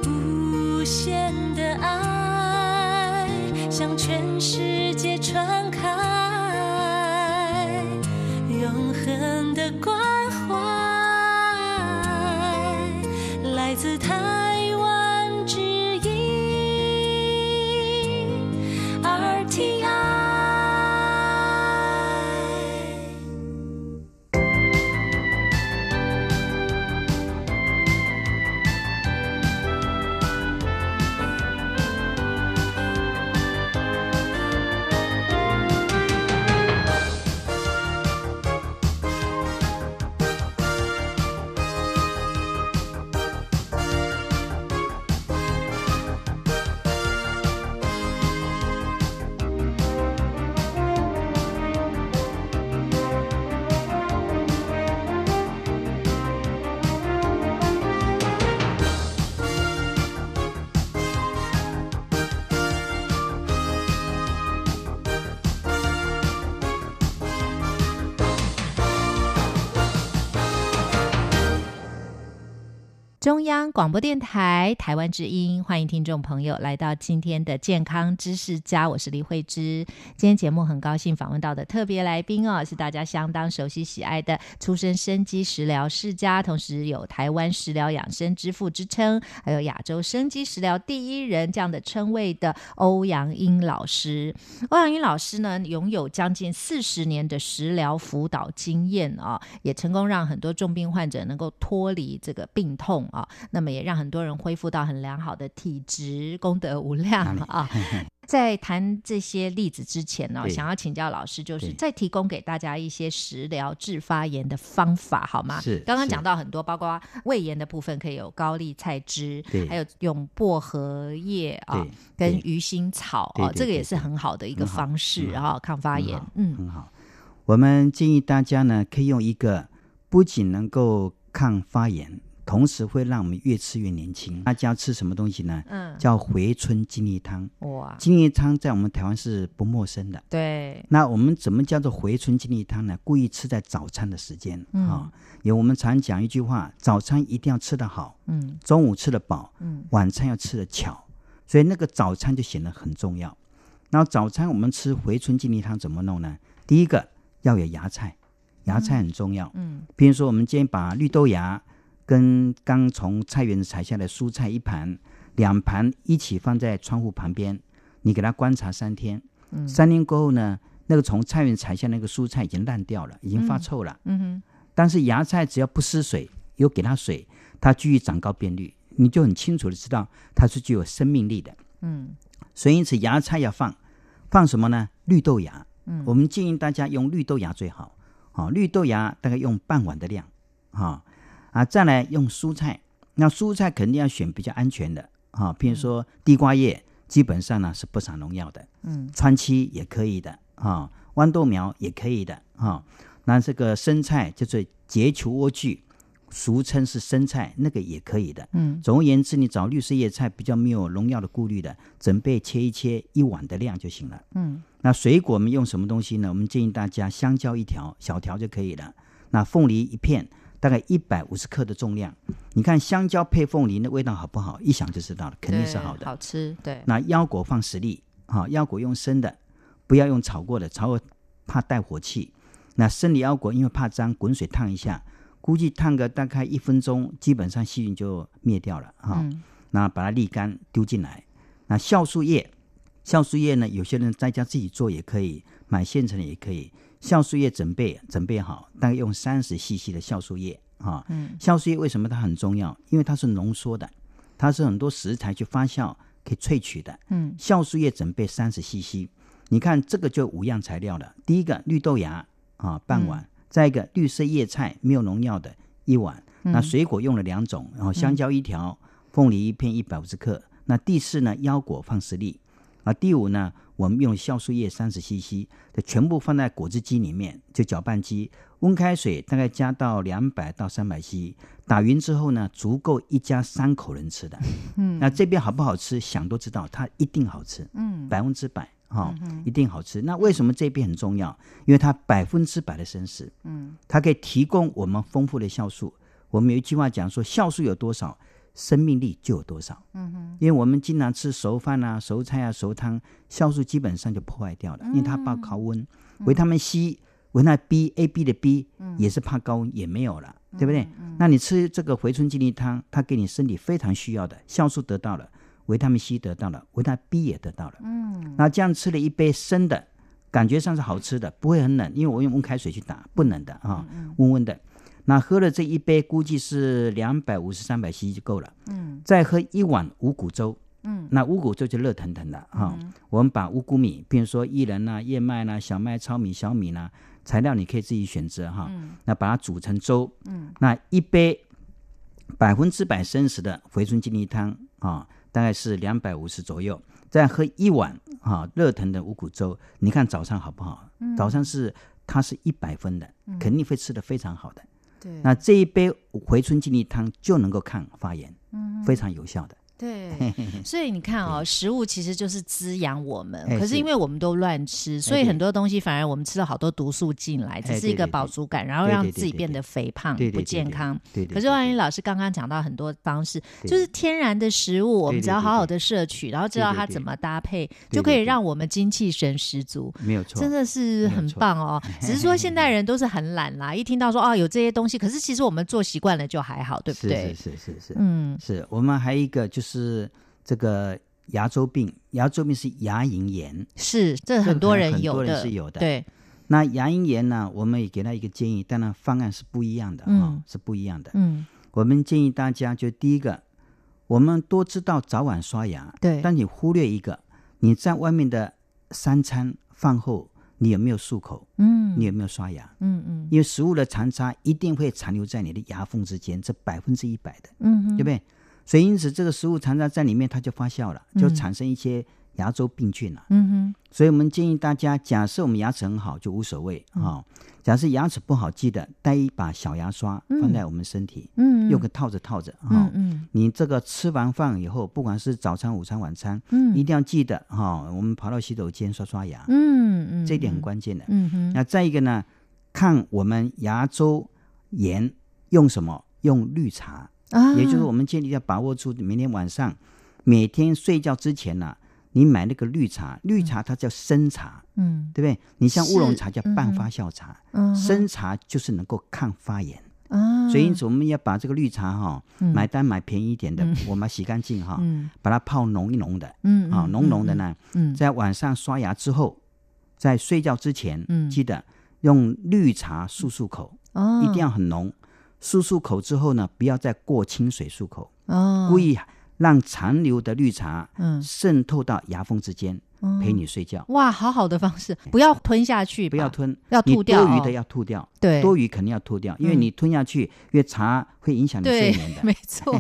S3: 无限的爱向全世界传开，永恒的关怀来自台湾之音 RTI。
S1: 中央广播电台台湾之音，欢迎听众朋友来到今天的健康知识家，我是李慧芝。今天节目很高兴访问到的特别来宾哦，是大家相当熟悉喜爱的出身生机食疗世家，同时有台湾食疗养生之父之称，还有亚洲生机食疗第一人这样的称谓的欧阳英老师。欧阳英老师呢，拥有将近四十年的食疗辅导经验啊、也成功让很多重病患者能够脱离这个病痛啊、那么也让很多人恢复到很良好的体质，功德无量啊、在谈这些例子之前呢、
S2: 对
S1: 想要请教老师，就是
S2: 对
S1: 再提供给大家一些食疗治发炎的方法好吗？
S2: 是
S1: 刚刚
S2: 是
S1: 讲到很多，包括胃炎的部分可以有高丽菜汁，
S2: 对
S1: 还有用薄荷叶啊、
S2: 对
S1: 跟
S2: 对
S1: 鱼腥草
S2: 对
S1: 哦，
S2: 对
S1: 这个
S2: 对
S1: 也是很好的一个
S2: 很好
S1: 方式
S2: 很
S1: 啊，抗发
S2: 很
S1: 炎
S2: 好。
S1: 嗯
S2: 很好。我们建议大家呢，可以用一个不仅能够抗发炎，同时会让我们越吃越年轻。大家吃什么东西呢？
S1: 嗯，
S2: 叫回春精力汤。
S1: 哇，
S2: 精力汤在我们台湾是不陌生的。
S1: 对，
S2: 那我们怎么叫做回春精力汤呢？故意吃在早餐的时间
S1: 嗯
S2: 啊。有、我们常讲一句话：早餐一定要吃得好，
S1: 嗯
S2: 中午吃得饱，
S1: 嗯
S2: 晚餐要吃得巧。所以那个早餐就显得很重要。然后早餐我们吃回春精力汤怎么弄呢？第一个要有芽菜，芽菜很重要。
S1: 嗯
S2: 比如说，我们今天把绿豆芽跟刚从菜园子采下来的蔬菜一盘、两盘一起放在窗户旁边，你给它观察三天。
S1: 嗯
S2: 三天过后呢，那个从菜园采下那个蔬菜已经烂掉了，已经发臭了。
S1: 嗯哼，
S2: 但是芽菜只要不施水，有给它水，它继续长高变绿，你就很清楚的知道它是具有生命力的。
S1: 嗯
S2: 所以，因此芽菜要放，放什么呢？绿豆芽。
S1: 嗯
S2: 我们建议大家用绿豆芽最好。好、绿豆芽大概用半碗的量。啊、啊，再来用蔬菜。那蔬菜肯定要选比较安全的啊、譬如说地瓜叶，基本上呢是不撒农药的。
S1: 嗯
S2: 川七也可以的啊，豌豆苗也可以的啊。那这个生菜就是结球莴苣，俗称是生菜，那个也可以的。
S1: 嗯
S2: 总而言之，你找绿色叶菜比较没有农药的顾虑的，准备切一切一碗的量就行了。
S1: 嗯
S2: 那水果我们用什么东西呢？我们建议大家香蕉一条小条就可以了。那凤梨一片，大概一百五十克的重量。你看香蕉配凤梨那味道好不好？一想就知道了，肯定是
S1: 对
S2: 好的。
S1: 好吃，对，
S2: 那腰果放十粒，啊，腰果用生的，不要用炒过的，炒过怕带火气。那生的腰果因为怕脏，滚水烫一下，估计烫个大概一分钟，基本上细菌就灭掉了哈、
S1: 嗯
S2: 那把它沥干丢进来。那酵素液，酵素液呢，有些人在家自己做也可以，买现成的也可以。酵素液准备准备好，大概用三十 CC 的酵素液啊。
S1: 嗯
S2: 酵素液为什么它很重要？因为它是浓缩的，它是很多食材去发酵可以萃取的。
S1: 嗯
S2: 酵素液准备三十 CC。你看这个就五样材料了。第一个绿豆芽啊半碗，再一个绿色叶菜没有农药的一碗。那水果用了两种，然后香蕉一条，凤梨一片一百五十克。那第四呢，腰果放十粒。啊，第五呢，我们用酵素液三十 CC，这全部放在果汁机里面，就搅拌机，温开水大概加到两百到三百 CC，打匀之后呢，足够一家三口人吃的。嗯，那这边好不好吃，想都知道，它一定好吃。
S1: 嗯
S2: 百分之百哈、一定好吃。那为什么这一片很重要？因为它百分之百的生食，
S1: 嗯，
S2: 它可以提供我们丰富的酵素。我们有一句话讲说，酵素有多少，生命力就有多少。嗯哼，因为我们经常吃熟饭啊、熟菜啊、熟汤，酵素基本上就破坏掉了，因为它怕高温。维他命 C、维他命 B、A、B 的 B 也是怕高温，也没有了，对不对？那你吃这个回春精力汤，它给你身体非常需要的酵素得到了，维他命 C 得到了，维他命 B 也得到了。嗯，那这样吃了一杯生的，感觉上是好吃的，不会很冷，因为我用温开水去打，不冷的啊，温温的。那喝了这一杯，估计是两百五十、三百 CC 就够了。嗯，再喝一碗五谷粥。嗯，那五谷粥就热腾腾的哈、我们把五谷米，比如说薏仁呐、燕麦呐、小麦、糙米、小米呐、啊材料你可以自己选择哈、
S1: 嗯
S2: 那把它煮成粥。嗯，那一杯百分之百生食的回春精力汤啊，大概是两百五十左右，再喝一碗啊热腾的五谷粥，你看早上好不好？
S1: 嗯
S2: 早上是它是一百分的，肯定会吃的非常好的。
S1: 对，
S2: 那这一杯回春精力汤就能够抗发炎，
S1: 嗯
S2: 非常有效的。
S1: 对，所以你看哦，食物其实就是滋养我们，
S2: 哎
S1: 可是
S2: 是哎
S1: 因为我们都乱吃，所以
S2: 对
S1: 很多东西反而我们吃了好多毒素进来，只
S2: 哎
S1: 是一
S2: 对
S1: 个
S2: 对
S1: 饱
S2: 对
S1: 足感，然后
S2: 对
S1: 让
S2: 对
S1: 自
S2: 对
S1: 己
S2: 对
S1: 变
S2: 对
S1: 得肥胖、
S2: 对
S1: 嗯
S2: 对
S1: 不
S2: 对
S1: 健
S2: 对
S1: 康。
S2: 对对。
S1: 可是万宇老师刚刚讲到很多方式，
S2: 对
S1: 就是天然的食物，我们
S2: 对对
S1: 只要好好
S2: 对
S1: 的摄取，然后知道
S2: 对对
S1: 它
S2: 对
S1: 怎么搭配，
S2: 对
S1: 就可以
S2: 对
S1: 让我们精气神十足。
S2: 没有错，
S1: 真的是很棒哦，只是说现代人都是很懒啦，一听到说哦有这些东西，可是其实我们做习惯了就还好，对不对？
S2: 是是是是是，
S1: 嗯
S2: 是我们还有一个就是这个牙周病，牙周病是牙龈炎，
S1: 是，这
S2: 这
S1: 很
S2: 个
S1: 多
S2: 可能
S1: 人
S2: 很
S1: 有
S2: 多人
S1: 的，
S2: 是有的
S1: 对，
S2: 那牙龈炎呢，我们也给他一个建议，当然方案是不一样的啊、
S1: 嗯
S2: 是不一样的。
S1: 嗯
S2: 我们建议大家就第一个，我们多知道早晚刷牙，
S1: 对
S2: 但你忽略一个，你在外面的三餐饭后，你有没有漱口？
S1: 嗯
S2: 你有没有刷牙？
S1: 嗯嗯
S2: 因为食物的残渣一定会残留在你的牙缝之间，这百分之一百的，
S1: 嗯
S2: 对不对？所以因此这个食物残渣在里面，它就发酵了，就产生一些牙周病菌啊。
S1: 嗯嗯哼，
S2: 所以我们建议大家，假设我们牙齿很好就无所谓
S1: 嗯
S2: 啊、假设牙齿不好，记得带一把小牙刷
S1: 嗯
S2: 放在我们身体，
S1: 嗯，
S2: 用个套子套着哈。
S1: 嗯嗯
S2: 你这个吃完饭以后，不管是早餐、午餐、晚餐，
S1: 嗯，
S2: 一定要记得哈、我们跑到洗手间刷刷牙，
S1: 嗯嗯，
S2: 这一点很关键的。
S1: 嗯哼，
S2: 那再一个呢，看我们牙周炎用什么？用绿茶，
S1: 啊，
S2: 也就是我们建议要把握住明天晚上，每天睡觉之前呢、你买那个绿茶，绿茶它叫生茶，
S1: 嗯
S2: 对不对？你像乌龙茶
S1: 是
S2: 叫
S1: 嗯
S2: 半
S1: 哼
S2: 发酵茶，
S1: 嗯
S2: 生茶就是能够抗发炎，
S1: 啊，
S2: 所以因此我们要把这个绿茶哈、
S1: 嗯
S2: 买单买便宜一点的，我们洗干净哈、
S1: 嗯
S2: 把它泡浓一浓的，
S1: 嗯
S2: 啊、浓浓的，呢，
S1: 嗯
S2: 在晚上刷牙之后，在睡觉之前，
S1: 嗯
S2: 记得用绿茶漱漱口，
S1: 哦，
S2: 一定要很浓。漱漱口之后呢，不要再过清水漱口，
S1: 哦，
S2: 故意让残留的绿茶
S1: 嗯哦
S2: 渗透到牙缝之间，陪你睡觉。
S1: 哇，好好的方式，不要吞下去，
S2: 不要，吞，
S1: 要
S2: 你
S1: 吐掉
S2: 多余
S1: 哦
S2: 的要吐掉，
S1: 对，
S2: 多余肯定要吐掉，因为
S1: 嗯
S2: 你吞下去，因为茶会影响你睡
S1: 对
S2: 眠，的，
S1: 没错，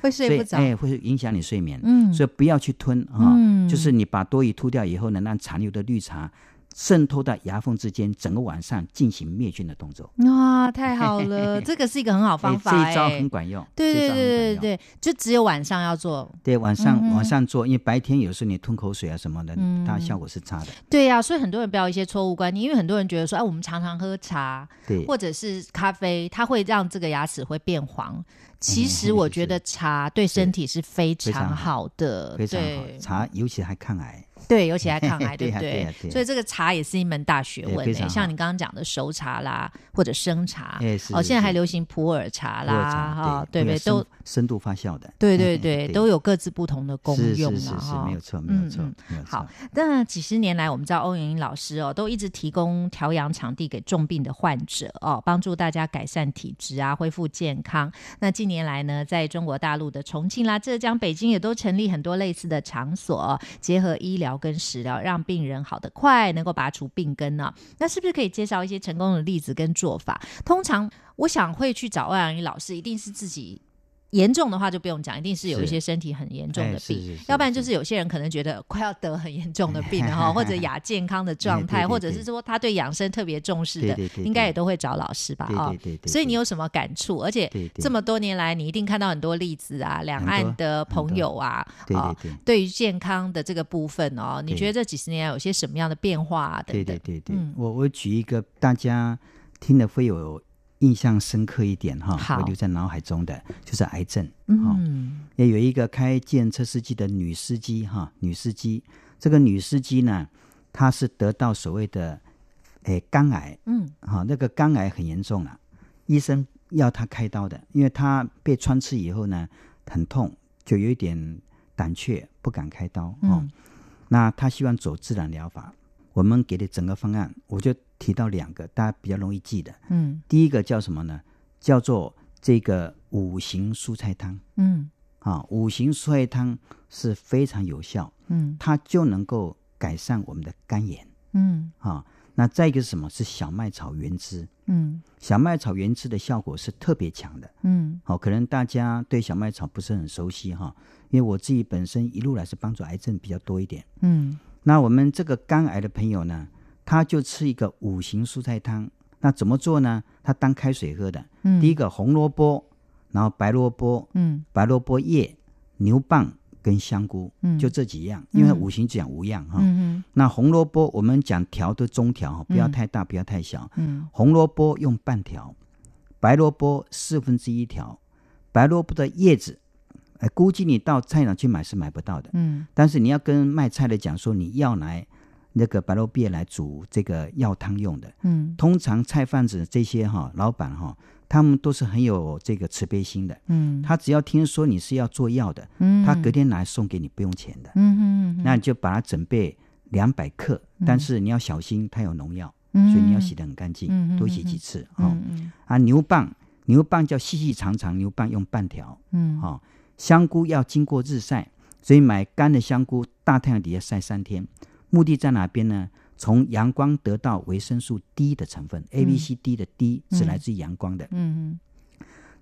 S1: 会睡
S2: 所
S1: 不
S2: 以
S1: 着，
S2: 哎会影响你睡眠。
S1: 嗯，
S2: 所以不要去吞啊、
S1: 嗯
S2: 就是你把多余吐掉以后呢，让残留的绿茶渗透到牙缝之间，整个晚上进行灭菌的动作。
S1: 哇，太好了，这个是一个很好
S2: 哎
S1: 方法，
S2: 这一招
S1: 哎
S2: 很管用。
S1: 对
S2: 这
S1: 对
S2: 一招很
S1: 对对
S2: 管用
S1: 对，就只有晚上要做。
S2: 对晚上、
S1: 嗯哼
S2: 晚上做，因为白天有时候你吞口水啊什么的，
S1: 嗯
S2: 它效果是差的。
S1: 对呀、所以很多人不要有一些错误观念，因为很多人觉得说，哎，我们常常喝茶
S2: 对，
S1: 或者是咖啡，它会让这个牙齿会变黄。其实
S2: 嗯
S1: 我
S2: 是
S1: 觉得茶对身体是非
S2: 非常
S1: 常好的，
S2: 非常好
S1: 对。
S2: 茶尤其还抗癌。
S1: 对，尤其还抗 癌，
S2: 对
S1: 不
S2: 呀对呀对呀
S1: 所以这个茶也是一门大学
S2: 对
S1: 问
S2: 非
S1: 呢。
S2: 常
S1: 像
S2: 好
S1: 你刚刚讲的熟茶啦，或者生茶，
S2: 哎是
S1: 哦，
S2: 是
S1: 现在还
S2: 是
S1: 流行普洱茶
S2: 普洱
S1: 啦，
S2: 茶
S1: 哈，对
S2: 对
S1: 不
S2: 会有
S1: 对？都
S2: 深深度发酵的。
S1: 对对
S2: 嘿嘿
S1: 对，
S2: 对
S1: 都有各自不同的功
S2: 是
S1: 用
S2: 是
S1: 啦
S2: 是是
S1: 哈，
S2: 没有错，没有错
S1: 嗯嗯，
S2: 没有错。
S1: 好，那几十年来，我们知道欧元英老师哦，都一直提供调养场地给重病的患者哦，帮助大家改善体质啊，恢复健康。那近年来呢，在中国大陆的重庆啦、浙江、北京也都成立很多类似的场所、哦，结合医疗跟食疗，让病人好得快，能够拔除病根呢、那是不是可以介绍一些成功的例子跟做法？通常我想会去找欧阳英老师，一定是自己。严重的话就不用讲，一定是有一
S2: 是
S1: 些身体很严重
S2: 哎
S1: 的
S2: 是
S1: 病，
S2: 是是
S1: 要不然就是是有些人可能觉得快要得很严重的病了哈，或者亚健 康的
S2: 哎
S1: 状
S2: 对
S1: 态，
S2: 对
S1: 或者是
S2: 对
S1: 说他对养生特别重视
S2: 对
S1: 的
S2: 对，对
S1: 应该
S2: 对
S1: 也都会找老师吧
S2: 对
S1: 啊
S2: 对。对对。
S1: 所以你
S2: 对
S1: 有什么感触？而且
S2: 对对
S1: 这么多年来，你一定看到很多例子啊，两
S2: 很多
S1: 岸的朋
S2: 很多
S1: 友啊，
S2: 对
S1: 啊
S2: 对对。
S1: 对于健康的这个部分哦，你
S2: 对
S1: 觉得这几十年来有些什么样的变化啊？等
S2: 对
S1: 等
S2: 对，对对，
S1: 嗯
S2: 我我举一个大家听了会有印象深刻一点哈，
S1: 好
S2: 会留在脑海中的就是癌症。哦，
S1: 嗯
S2: 也有一个开计程车司机的女司机哈，女司机，这个女司机呢，她是得到所谓的诶肝癌
S1: 嗯
S2: 哈，啊那个肝癌很严重了、医生要她开刀的，因为她被穿刺以后呢，很痛，就有一点胆怯，不敢开刀哈。
S1: 嗯
S2: 那他希望走自然疗法，我们给的整个方案，我就提到两个大家比较容易记的。
S1: 嗯
S2: 第一个叫什么呢？叫做这个五行蔬菜汤
S1: 嗯
S2: 啊，五行蔬菜汤是非常有效，
S1: 嗯
S2: 它就能够改善我们的肝炎
S1: 嗯
S2: 啊。那再一个是什么？是小麦草原汁，
S1: 嗯
S2: 小麦草原汁的效果是特别强的。
S1: 嗯
S2: 好、可能大家对小麦草不是很熟悉哈，因为我自己本身一路来是帮助癌症比较多一点。
S1: 嗯
S2: 那我们这个肝癌的朋友呢，他就吃一个五行蔬菜汤。那怎么做呢？他当开水喝的。
S1: 嗯
S2: 第一个红萝卜，然后白萝卜、
S1: 嗯
S2: 白萝卜叶、牛蒡跟香菇，
S1: 嗯
S2: 就这几样。因为五行讲五样哈。
S1: 嗯
S2: 那红萝卜我们讲条都中条哈，不要
S1: 嗯
S2: 太大，不要太小。
S1: 嗯
S2: 红萝卜用半条，白萝卜四分之一条，白萝卜的叶子，呃，估计你到菜场去买是买不到的。
S1: 嗯
S2: 但是你要跟卖菜的讲说，你要来那个白萝卜叶来煮这个药汤用的。
S1: 嗯
S2: 通常菜贩子这些哈、老板哈、他们都是很有这个慈悲心的。
S1: 嗯，
S2: 他只要听说你是要做药的，他隔天拿来送给你不用钱的。
S1: 嗯嗯
S2: 那你就把它准备两百克，但是你要小心，它有农药，
S1: 嗯，
S2: 所以你要洗得很干净，
S1: 嗯
S2: 多洗几次啊、哦
S1: 嗯
S2: 啊，牛蒡，牛蒡叫细细长长，牛蒡用半条。
S1: 嗯
S2: 哦，香菇要经过日晒，所以买干的香菇大太阳底下晒三天。目的在哪边呢？从阳光得到维生素 D 的成分，A、B、C、D 的 D 是来自于阳光的。
S1: 嗯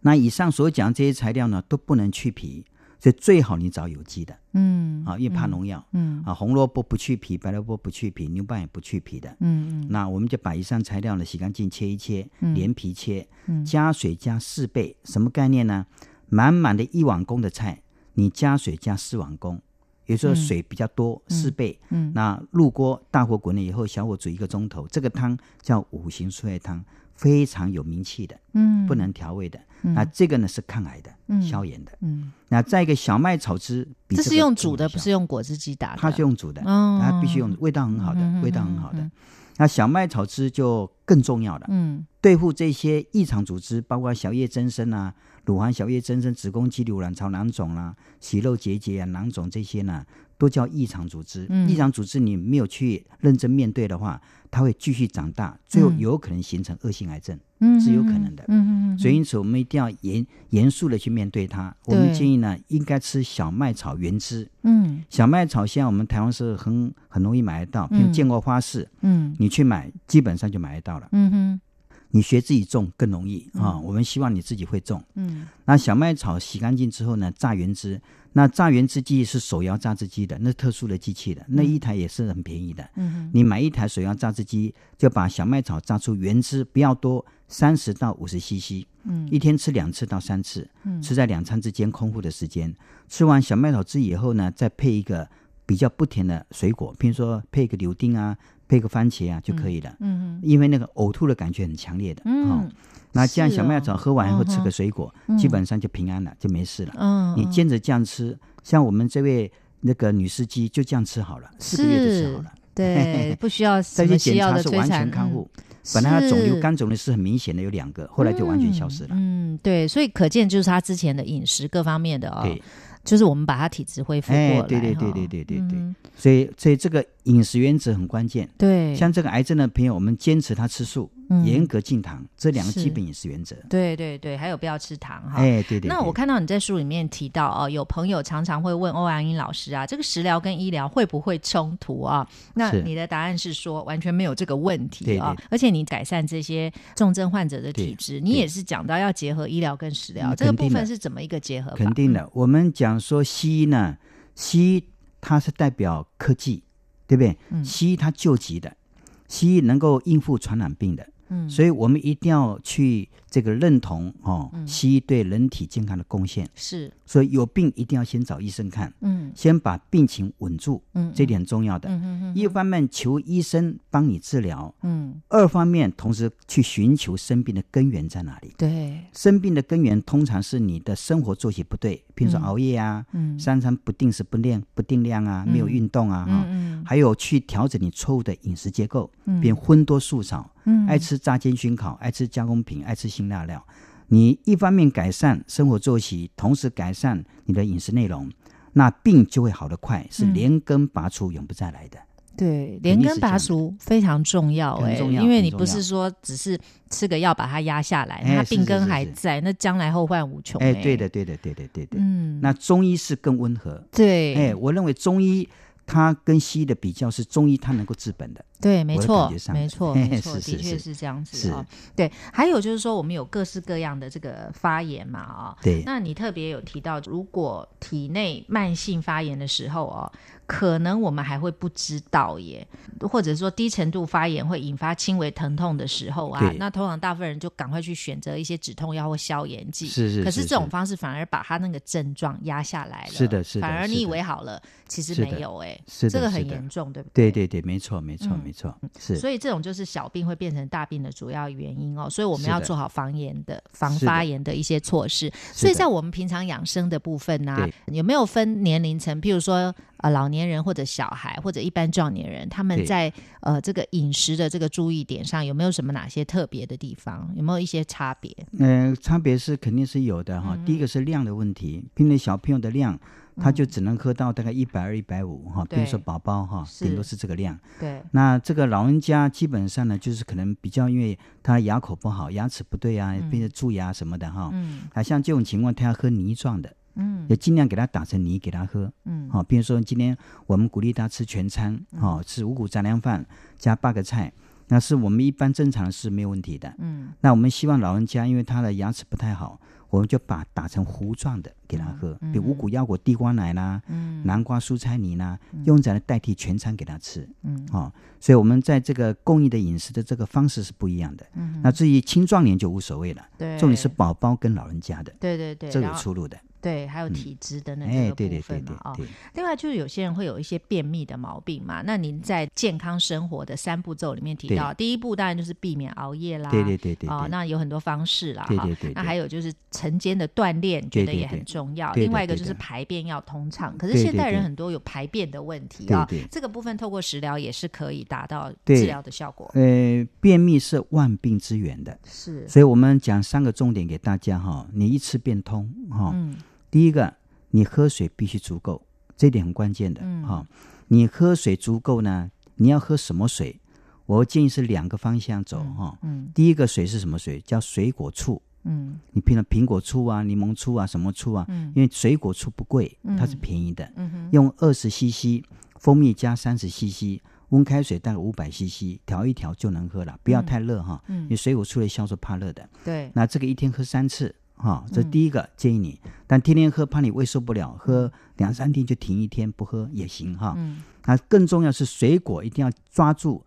S2: 那以上所讲这些材料呢，都不能去皮，所以最好你找有机的
S1: 嗯
S2: 啊，因为怕农药、
S1: 嗯
S2: 啊，红萝卜不去皮，白萝卜不去皮，牛蒡也不去皮的。
S1: 嗯
S2: 那我们就把以上材料呢洗干净，切一切，连皮切，
S1: 嗯
S2: 加水加四倍，什么概念呢？满满的一碗公的菜，你加水加四碗公，有时候水比较多，四倍。
S1: 嗯
S2: 那入锅大火滚了以后，小火煮一个钟头，这个汤叫五行蔬菜汤，非常有名气的，
S1: 嗯
S2: 不能调味的。那这个呢是抗癌的、消炎的。
S1: 嗯，
S2: 那再一个小麦炒汁，比
S1: 这
S2: 个
S1: 是用
S2: 更
S1: 煮
S2: 有
S1: 的，不
S2: 效
S1: 是用果汁机打的。
S2: 它是用煮的，
S1: 哦
S2: 它必须用，味道很好的，
S1: 嗯嗯嗯
S2: 味道很好的。
S1: 嗯
S2: 那小麦草汁就更重要了，
S1: 嗯
S2: 对付这些异常组织，包括小叶增生啊、乳房小叶增生、子宫肌瘤、卵巢囊肿啦、啊息肉结节啊、囊肿这些呢，都叫异常组织。
S1: 嗯
S2: 异常组织你没有去认真面对的话，它会继续长大，最后
S1: 嗯
S2: 有可能形成恶性癌症。
S1: 嗯，
S2: 是有可能的
S1: 嗯嗯嗯，
S2: 所以，因此我们一定要严严肃的去面对它。我
S1: 对
S2: 们建议呢，应该吃小麦草原汁。
S1: 嗯
S2: 小麦草现在我们台湾是很很容易买得到，比
S1: 嗯
S2: 如建国花市，
S1: 嗯
S2: 你去买基本上就买得到了。
S1: 嗯哼
S2: 你学自己种更容易啊、我们希望你自己会种。
S1: 嗯
S2: 那小麦草洗干净之后呢，榨原汁。那榨原汁机是手摇榨汁机的，那特殊的机器的，那一台也是很便宜的。
S1: 嗯
S2: 你买一台手摇榨汁机，就把小麦草榨出原汁，不要多，三十到五十 CC，
S1: 嗯
S2: 一天吃两次到三次，
S1: 嗯
S2: 吃在两餐之间空腹的时间。吃完小麦草汁以后呢，再配一个比较不甜的水果，譬如说配一个柳丁啊，配一个番茄啊就可以了。
S1: 嗯
S2: 因为那个呕吐的感觉很强烈的，哦
S1: 嗯，
S2: 那这样
S1: 是
S2: 小麦
S1: 哦
S2: 草喝完以后
S1: 嗯
S2: 吃
S1: 哼
S2: 个水果，
S1: 嗯
S2: 基本上就平安了，就没事了。
S1: 嗯，
S2: 你接着这样吃，像我们这位那个女司机就这样吃好了，四个月就吃好了。
S1: 对，不需要什
S2: 再
S1: 么
S2: 去
S1: 西
S2: 检
S1: 药
S2: 查
S1: 的
S2: 是
S1: 摧
S2: 完
S1: 残嗯
S2: 全康复，本来她肿瘤、肝肿瘤是很明显的有两个，后来就完全消失了。
S1: 嗯，对，所以可见就是他之前的饮食各方面的哦，
S2: 对，
S1: 就是我们把他体质恢复过来
S2: 哎
S1: 哈，
S2: 对对对对对对对
S1: 嗯
S2: 所以所以这个饮食原则很关键。
S1: 对，
S2: 像这个癌症的朋友，我们坚持他吃素，
S1: 嗯
S2: 严格禁糖，这两个
S1: 是
S2: 基本饮食原则。
S1: 对对对，还有不要吃糖哈。
S2: 哎，对对。
S1: 那
S2: 对
S1: 我看到你在书里面提到哦，有朋友常常会问欧阳英老师啊，这个食疗跟医疗会不会冲突啊？那
S2: 是
S1: 你的答案是说完全没有这个问题
S2: 对
S1: 啊
S2: 对，
S1: 而且你改善这些重症患者的体质，你也是讲到要结合医疗跟食疗
S2: 嗯
S1: 这个
S2: 肯定
S1: 部分
S2: 的
S1: 是怎么一个结合法？
S2: 肯定的，我们讲说西医呢，西医它是代表科技，对不对？
S1: 嗯
S2: 西医它救急的，西医能够应付传染病的，
S1: 嗯
S2: 所以我们一定要去这个认同哦，
S1: 嗯
S2: 西医对人体健康的贡献。
S1: 是，
S2: 所以有病一定要先找医生看，
S1: 嗯
S2: 先把病情稳住，
S1: 嗯
S2: 这点很重要的。
S1: 嗯嗯嗯
S2: 一方面求医生帮你治疗，
S1: 嗯，
S2: 二方面同时去寻求生病的根源在哪里。
S1: 对，
S2: 生病的根源通常是你的生活作息不对，比如说
S1: 嗯
S2: 熬夜啊，
S1: 嗯
S2: 三餐不定时不量不定量啊，
S1: 嗯
S2: 没有运动啊，哈、
S1: 嗯
S2: 还有去调整你错误的饮食结构，
S1: 嗯
S2: 变荤多素少，
S1: 嗯
S2: 爱吃炸煎熏烤，爱吃加工品，爱吃辛辣料。你一方面改善生活作息，同时改善你的饮食内容，那病就会好得快，是
S1: 嗯
S2: 连根拔除，永不再来的。
S1: 对，连
S2: 定
S1: 根
S2: 是这
S1: 拔
S2: 样的
S1: 除非常重要
S2: 很
S1: 哎、
S2: 重要
S1: 因为
S2: 很
S1: 你
S2: 重
S1: 不是
S2: 要
S1: 说只是吃个药把它压下来，
S2: 哎
S1: 它
S2: 是
S1: 病
S2: 是
S1: 根
S2: 是
S1: 还
S2: 是
S1: 在，那将来后患无穷、
S2: 哎，对的，，对的，对的，对的。
S1: 嗯，
S2: 那中医是更温和，
S1: 对，
S2: 哎，我认为中医它跟西医的比较是中医它能够治本的，
S1: 对，没
S2: 我的
S1: 错
S2: 感觉，上
S1: 没
S2: 来
S1: 错，
S2: 嘿
S1: 没
S2: 嘿
S1: 错，
S2: 是
S1: 的
S2: 是
S1: 确
S2: 是
S1: 是这样子
S2: 是
S1: 哦。对，还有就是说，我们有各式各样的这个发炎嘛啊、
S2: 对。
S1: 那你特别有提到，如果体内慢性发炎的时候哦，可能我们还会不知道耶，或者说低程度发炎会引发轻微疼痛的时候啊
S2: 对，
S1: 那通常大部分人就赶快去选择一些止痛药或消炎剂。
S2: 是是
S1: 可是
S2: 是
S1: 这种
S2: 是
S1: 方式反而把他那个症状压下来了。
S2: 是的是的
S1: 反而
S2: 是
S1: 你以
S2: 的
S1: 为好了，其实
S2: 是
S1: 没
S2: 的
S1: 有哎，
S2: 是
S1: 这
S2: 的
S1: 个
S2: 是
S1: 很
S2: 的
S1: 严重，对不
S2: 对
S1: 对？
S2: 对对，没错没错
S1: 嗯
S2: 没错，是
S1: 所以这种就是小病会变成大病的主要原因哦，所以我们
S2: 是的
S1: 要做好防炎的、防
S2: 是的
S1: 发炎的一些措施。
S2: 的
S1: 所以在我们平常养生的部分呢、
S2: 对
S1: 有没有分年龄层？譬如说呃老年人或者小孩或者一般壮年人，他们
S2: 对
S1: 在呃这个饮食的这个注意点上有没有什么哪些特别的地方？有没有一些差别？
S2: 呃，差别是肯定是有的哈。
S1: 嗯
S2: 第一个是量的问题，因为小朋友的量，他就只能喝到大概一百二、一百五哈。比如说
S1: 嗯对
S2: 宝宝哈，
S1: 是
S2: 顶多是这个量。
S1: 对，
S2: 那这个老人家基本上呢，就是可能比较因为他牙口不好，牙齿不对啊，变成蛀牙什么的哈。
S1: 嗯
S2: 啊，像这种情况，他要喝泥状的，
S1: 嗯
S2: 也尽量给他打成泥给他喝。
S1: 嗯
S2: 好、比如说今天我们鼓励他吃全餐，哦，吃五谷杂粮饭加八个菜，那是我们一般正常是没有问题的。
S1: 嗯
S2: 那我们希望老人家，因为他的牙齿不太好，我们就把打成糊状的给他喝，
S1: 嗯
S2: 比如五谷腰果、地瓜奶啦、南瓜蔬菜泥啦，
S1: 嗯
S2: 用这样来代替全餐给他吃。嗯，哦，所以我们在这个供应的饮食的这个方式是不一样的。嗯，那至于青壮年就无所谓了，
S1: 对，
S2: 重点是宝宝跟老人家的，
S1: 对对对，
S2: 这
S1: 然
S2: 有
S1: 后
S2: 出入的。
S1: 对，还有体质等等
S2: 哎，
S1: 这
S2: 对
S1: 个
S2: 对
S1: 部
S2: 对
S1: 分
S2: 对
S1: 嘛啊。
S2: 对，
S1: 另外就是有些人会有一些便秘的毛病嘛，那您在健康生活的三步骤里面提
S2: 对
S1: 到，第一步当然就是避免熬夜啦，
S2: 对对对对
S1: 哦
S2: 对，
S1: 那有很多方式啦，
S2: 对
S1: 哈
S2: 对对
S1: 那
S2: 对
S1: 还有就是晨间的锻炼，觉
S2: 对
S1: 得
S2: 对
S1: 也
S2: 对
S1: 很重要。
S2: 对的
S1: 另外一个
S2: 对
S1: 就是
S2: 的
S1: 排便要通畅，可是
S2: 对
S1: 现
S2: 对
S1: 代人
S2: 对
S1: 很多有排便的问题
S2: 对
S1: 啊
S2: 对，
S1: 这个部分透过食疗也是可以达到
S2: 对
S1: 治疗的效果。
S2: 呃，便秘是万病之源的，
S1: 是，
S2: 所以我们讲三个重点给大家哈，你一吃便通哈。
S1: 嗯
S2: 第一个，你喝水必须足够，这一点很关键的哈、
S1: 嗯
S2: 你喝水足够呢，你要喝什么水？我建议是两个方向走哈、
S1: 嗯
S2: 第一个水是什么水？叫水果醋。
S1: 嗯
S2: 你平常苹果醋啊、柠檬醋啊、什么醋啊？
S1: 嗯
S2: 因为水果醋不贵
S1: 嗯，
S2: 它是便宜的，
S1: 嗯哼，
S2: 用二十 CC 蜂蜜加三十 CC 温开水大概五百 CC 调一调就能喝了，不要太热哈、
S1: 嗯
S2: 因为水果醋的酵素怕热的。
S1: 对，
S2: 那这个一天喝三次，哈、
S1: 嗯
S2: 这第一个建议你。但天天喝怕你胃受不了，喝两三天就停一天不喝也行哈。
S1: 嗯
S2: 那更重要是水果一定要抓住，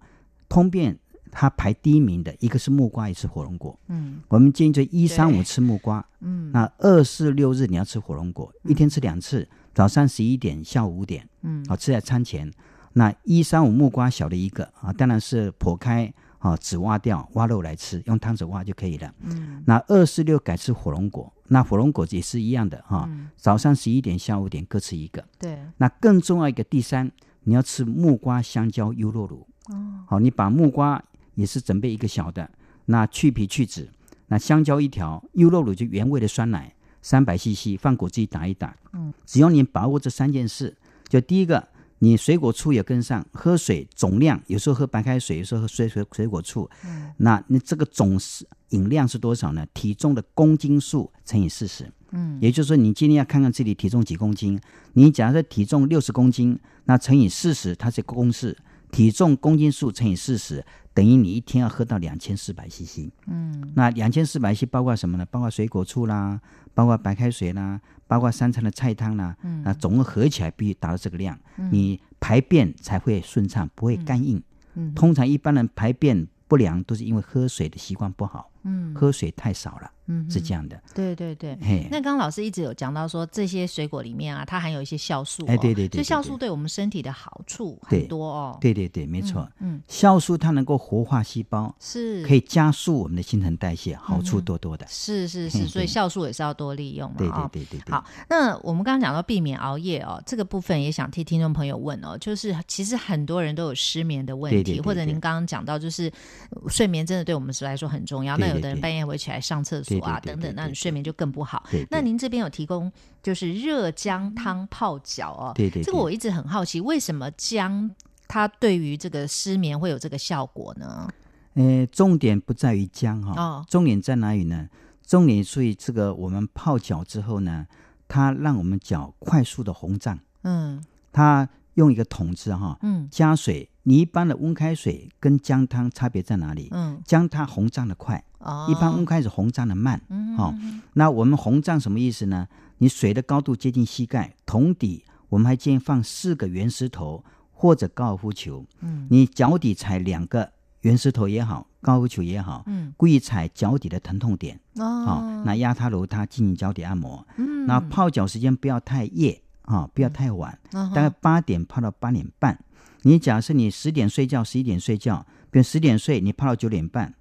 S2: 通便它排第一名的一个是木瓜，一个是火龙果。
S1: 嗯
S2: 我们建议就一三五吃木瓜，
S1: 嗯
S2: 那二四六日你要吃火龙果，一天吃两次，早上十一点，下午五点，
S1: 嗯
S2: 啊，吃在餐前。那一三五木瓜小的一个啊，当然是剖开啊，籽挖掉，挖肉来吃，用汤匙挖就可以了。
S1: 嗯
S2: 那二四六改吃火龙果，那火龙果也是一样的哈、
S1: 嗯
S2: 早上十一点、下午五点各吃一个。
S1: 对，
S2: 那更重要一个第三，你要吃木瓜、香蕉、优酪乳。
S1: 哦，
S2: 好，你把木瓜也是准备一个小的，那去皮去籽，那香蕉一条，优酪乳就原味的酸奶三百 CC，放果汁打一打。
S1: 嗯，
S2: 只要你把握这三件事，就第一个。你水果醋也跟上，喝水总量，有时候喝白开水，有时候喝水水水果醋。
S1: 嗯
S2: 那你这个总是饮量是多少呢？体重的公斤数乘以四十。
S1: 嗯
S2: 也就是说，你今天要看看自己体重几公斤。你假设体重六十公斤，那乘以四十，它是个公式，体重公斤数乘以四十，等于你一天要喝到两千四百 CC。
S1: 嗯
S2: 那两千四百 CC 包括什么呢？包括水果醋啦，包括白开水啦，包括三餐的菜汤啦，
S1: 嗯
S2: 那总共合起来必须达到这个量，你排便才会顺畅，不会干硬。
S1: 嗯
S2: 通常一般人排便不良都是因为喝水的习惯不好，
S1: 嗯
S2: 喝水太少了，
S1: 嗯
S2: 是
S1: 哼
S2: 这样的。
S1: 对对对，
S2: 嘿，
S1: 那刚刚老师一直有讲到说，这些水果里面啊，它含有一些酵素、哦，
S2: 哎对对
S1: 所
S2: 对
S1: 以
S2: 对
S1: 酵
S2: 对
S1: 素对我们身体的好处
S2: 对
S1: 很多哦。
S2: 对对对，没错。
S1: 嗯，
S2: 酵素它能够活化细胞，
S1: 是
S2: 可以加速我们的新陈代
S1: 嗯
S2: 谢，好处多多的。
S1: 是是是，
S2: 嘿
S1: 所以
S2: 对
S1: 酵素也是要多利用嘛
S2: 对
S1: 啊、
S2: 对对对对，
S1: 好，那我们刚刚讲到避免熬夜哦，这个部分也想替听众朋友问哦，就是其实很多人都有失眠的问题，
S2: 对对对
S1: 或者您
S2: 对
S1: 刚刚讲到，就是呃睡眠真的对我们来说很重要。那
S2: 对
S1: 有
S2: 对
S1: 的人
S2: 对
S1: 半夜会起来上厕所
S2: 对对
S1: 啊，
S2: 对
S1: 等
S2: 对
S1: 等，那
S2: 对
S1: 你
S2: 对
S1: 睡眠就更不好。
S2: 对对
S1: 那您这边有提供就是热姜汤泡脚哦，
S2: 对对
S1: 这个
S2: 对
S1: 我一直很好奇，为什么姜它对于这个失眠会有这个效果呢？
S2: 呃，重点不在于姜哈、
S1: 哦
S2: 重点在哪里呢？重点注意这个，我们泡脚之后呢，它让我们脚快速的红胀。
S1: 嗯
S2: 它用一个桶子哈、
S1: 嗯
S2: 加水，你一般的温开水跟姜汤差别在哪里？
S1: 嗯，
S2: 姜它红胀的快，
S1: 哦，
S2: 一般温开水红胀的慢。
S1: 嗯
S2: 哦，那我们红胀什么意思呢？你水的高度接近膝盖，桶底我们还建议放四个圆石头或者高尔夫球。
S1: 嗯，
S2: 你脚底踩两个圆石头也好，高尔夫球也好，
S1: 嗯
S2: 故意踩脚底的疼痛点，好、
S1: 哦，
S2: 啊那压它揉它进行脚底按摩。嗯，那泡脚时间不要太夜啊、不要太晚，
S1: 嗯哼
S2: 大概八点泡到八点半。你假设你十点睡觉，十一点睡觉，比如十点睡，你泡到九点半，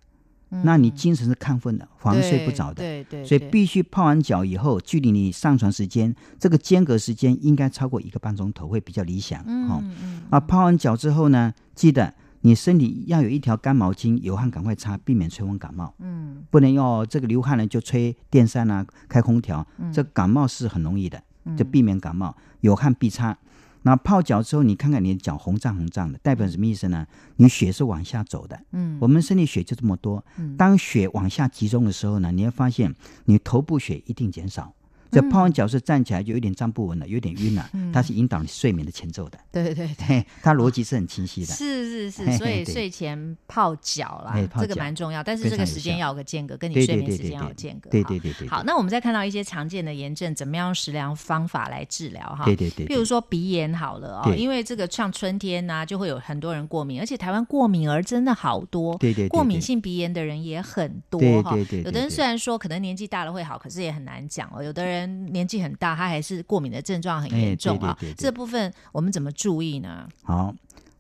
S2: 那你精神是亢奋的，反而睡不
S1: 对
S2: 着
S1: 嗯
S2: 的。
S1: 对对，
S2: 所以
S1: 对
S2: 必须泡完脚以后，距离你上床时间这个间隔时间应该超过一个半钟头会比较理想哦。
S1: 嗯嗯
S2: 啊，泡完脚之后呢，记得你身体要有一条干毛巾，有汗赶快擦，避免吹风感冒。
S1: 嗯，
S2: 不能要这个流汗了就吹电扇啊，开空调，
S1: 嗯
S2: 这感冒是很容易的，就避免感冒。有汗必擦。那泡脚之后，你看看你的脚红胀红胀的，代表什么意思呢？你血是往下走的，
S1: 嗯，
S2: 我们身体血就这么多
S1: 嗯，
S2: 当血往下集中的时候呢，你会发现你头部血一定减少，这泡完脚是站起来就有点站不稳了，有点晕了，它是引导你睡眠的前奏的，
S1: 对对对，
S2: 嘿，它逻辑 是很清晰的。
S1: 是是是，
S2: 嘿嘿
S1: 所以
S2: 对
S1: 睡前泡脚啦
S2: 哎，泡
S1: 这个
S2: 脚
S1: 蛮重要，但是
S2: 非
S1: 这个
S2: 常有
S1: 时间
S2: 效
S1: 要有个间隔，跟你
S2: 对
S1: 睡
S2: 对
S1: 眠
S2: 对
S1: 时
S2: 对
S1: 间要有
S2: 对，
S1: 间隔。
S2: 对
S1: 哈
S2: 对对对，
S1: 好，那我们再看到一些常见的炎症，怎么样用食疗方法来治疗哈？
S2: 对对对，
S1: 譬如说鼻炎好了哦，
S2: 对
S1: 因为这个像春天呐、啊就会有很多人过敏，而且台湾过敏儿真的好多，
S2: 对对对对
S1: 过敏性鼻炎的人也很多
S2: 对
S1: 哈、
S2: 对对对
S1: 有的人
S2: 对
S1: 虽然说可能年纪大了会好，可是也很难讲哦。有的人年纪很大，他还是过敏的症状很
S2: 哎
S1: 严重啊、
S2: 对对对对
S1: 这部分我们怎么注意呢？
S2: 好，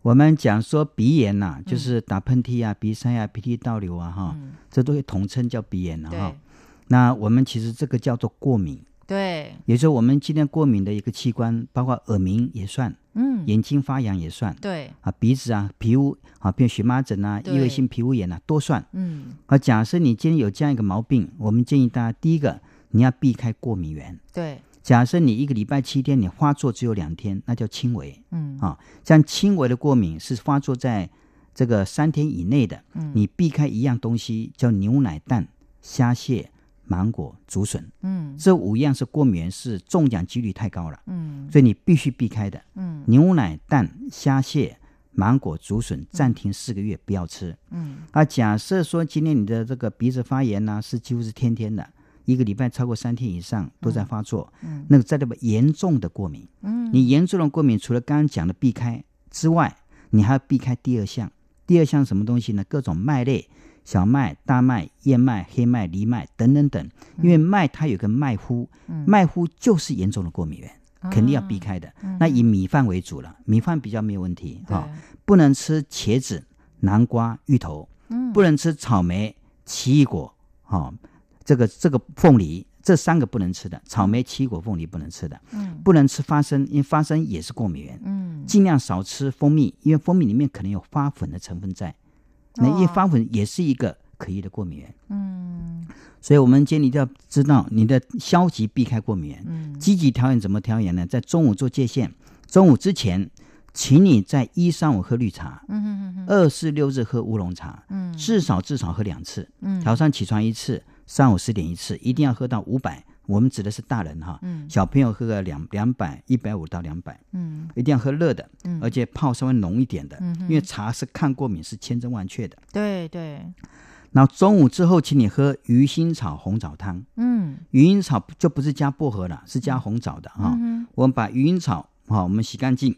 S2: 我们讲说鼻炎
S1: 嗯
S2: 呐、就是打喷嚏啊、鼻塞啊、鼻涕倒流啊，哈，这都会统称叫鼻炎了、啊哈
S1: 对。
S2: 那我们其实这个叫做过敏，
S1: 对，
S2: 也就是我们今天过敏的一个器官，包括耳鸣也算，
S1: 嗯，
S2: 眼睛发痒也算，
S1: 对，
S2: 啊，鼻子啊、皮肤啊，变荨麻疹啊、
S1: 对
S2: 异位性皮肤炎啊，都算。
S1: 嗯，
S2: 啊，假设你今天有这样一个毛病，我们建议大家第一个，你要避开过敏源。
S1: 对，
S2: 假设你一个礼拜七天，你发作只有两天，那叫轻微。
S1: 嗯，
S2: 啊，像轻微的过敏是发作在这个三天以内的，
S1: 嗯
S2: 你避开一样东西叫牛奶、蛋、虾蟹、芒果、竹笋，
S1: 嗯，
S2: 这五样是过敏源，是中奖几率太高了，
S1: 嗯，
S2: 所以你必须避开的。
S1: 嗯，
S2: 牛奶、蛋、虾蟹、芒果、竹笋暂停四个月，不要吃。
S1: 嗯，
S2: 啊，假设说今天你的这个鼻子发炎呢、是几乎是天天的。一个礼拜超过三天以上都在发作，嗯那个在代表严重的过敏，你严重的过敏，除了刚刚讲的避开之外，你还要避开第二项。第二项是什么东西呢？各种麦类，小麦、大麦、燕麦、黑麦、藜麦等等等。因为麦它有个麦麸，麦麸就是严重的过敏源，肯定要避开的。那以米饭为主了，米饭比较没有问题
S1: 对
S2: 哈、不能吃茄子、南瓜、芋头，不能吃草莓、奇异果，哈、这个这个凤梨。这三个不能吃的，草莓、奇异果、凤梨不能吃的，不能吃花生，因为花生也是过敏源。
S1: 嗯，
S2: 尽量少吃蜂蜜，因为蜂蜜里面可能有花粉的成分在，那因为花粉也是一个可疑的过敏源。嗯，所以我们建议一定要知道你的消极避开过敏源，积极调养怎么调养呢？在中午做界限，中午之前，请你在一三五喝绿茶，二四六日喝乌龙茶，至少至少喝两次，早上起床一次，上午十点一次，一定要喝到五百。我们指的是大人哈，小朋友喝个两两百、一百五到两百，一定要喝热的，而且泡稍微浓一点的，因为茶是抗过敏是千真万确的。
S1: 对对，
S2: 然后中午之后，请你喝鱼腥草红枣汤，
S1: 嗯，
S2: 鱼腥草就不是加薄荷了，是加红枣的哈、
S1: 嗯
S2: 我们把鱼腥草哈、我们洗干净，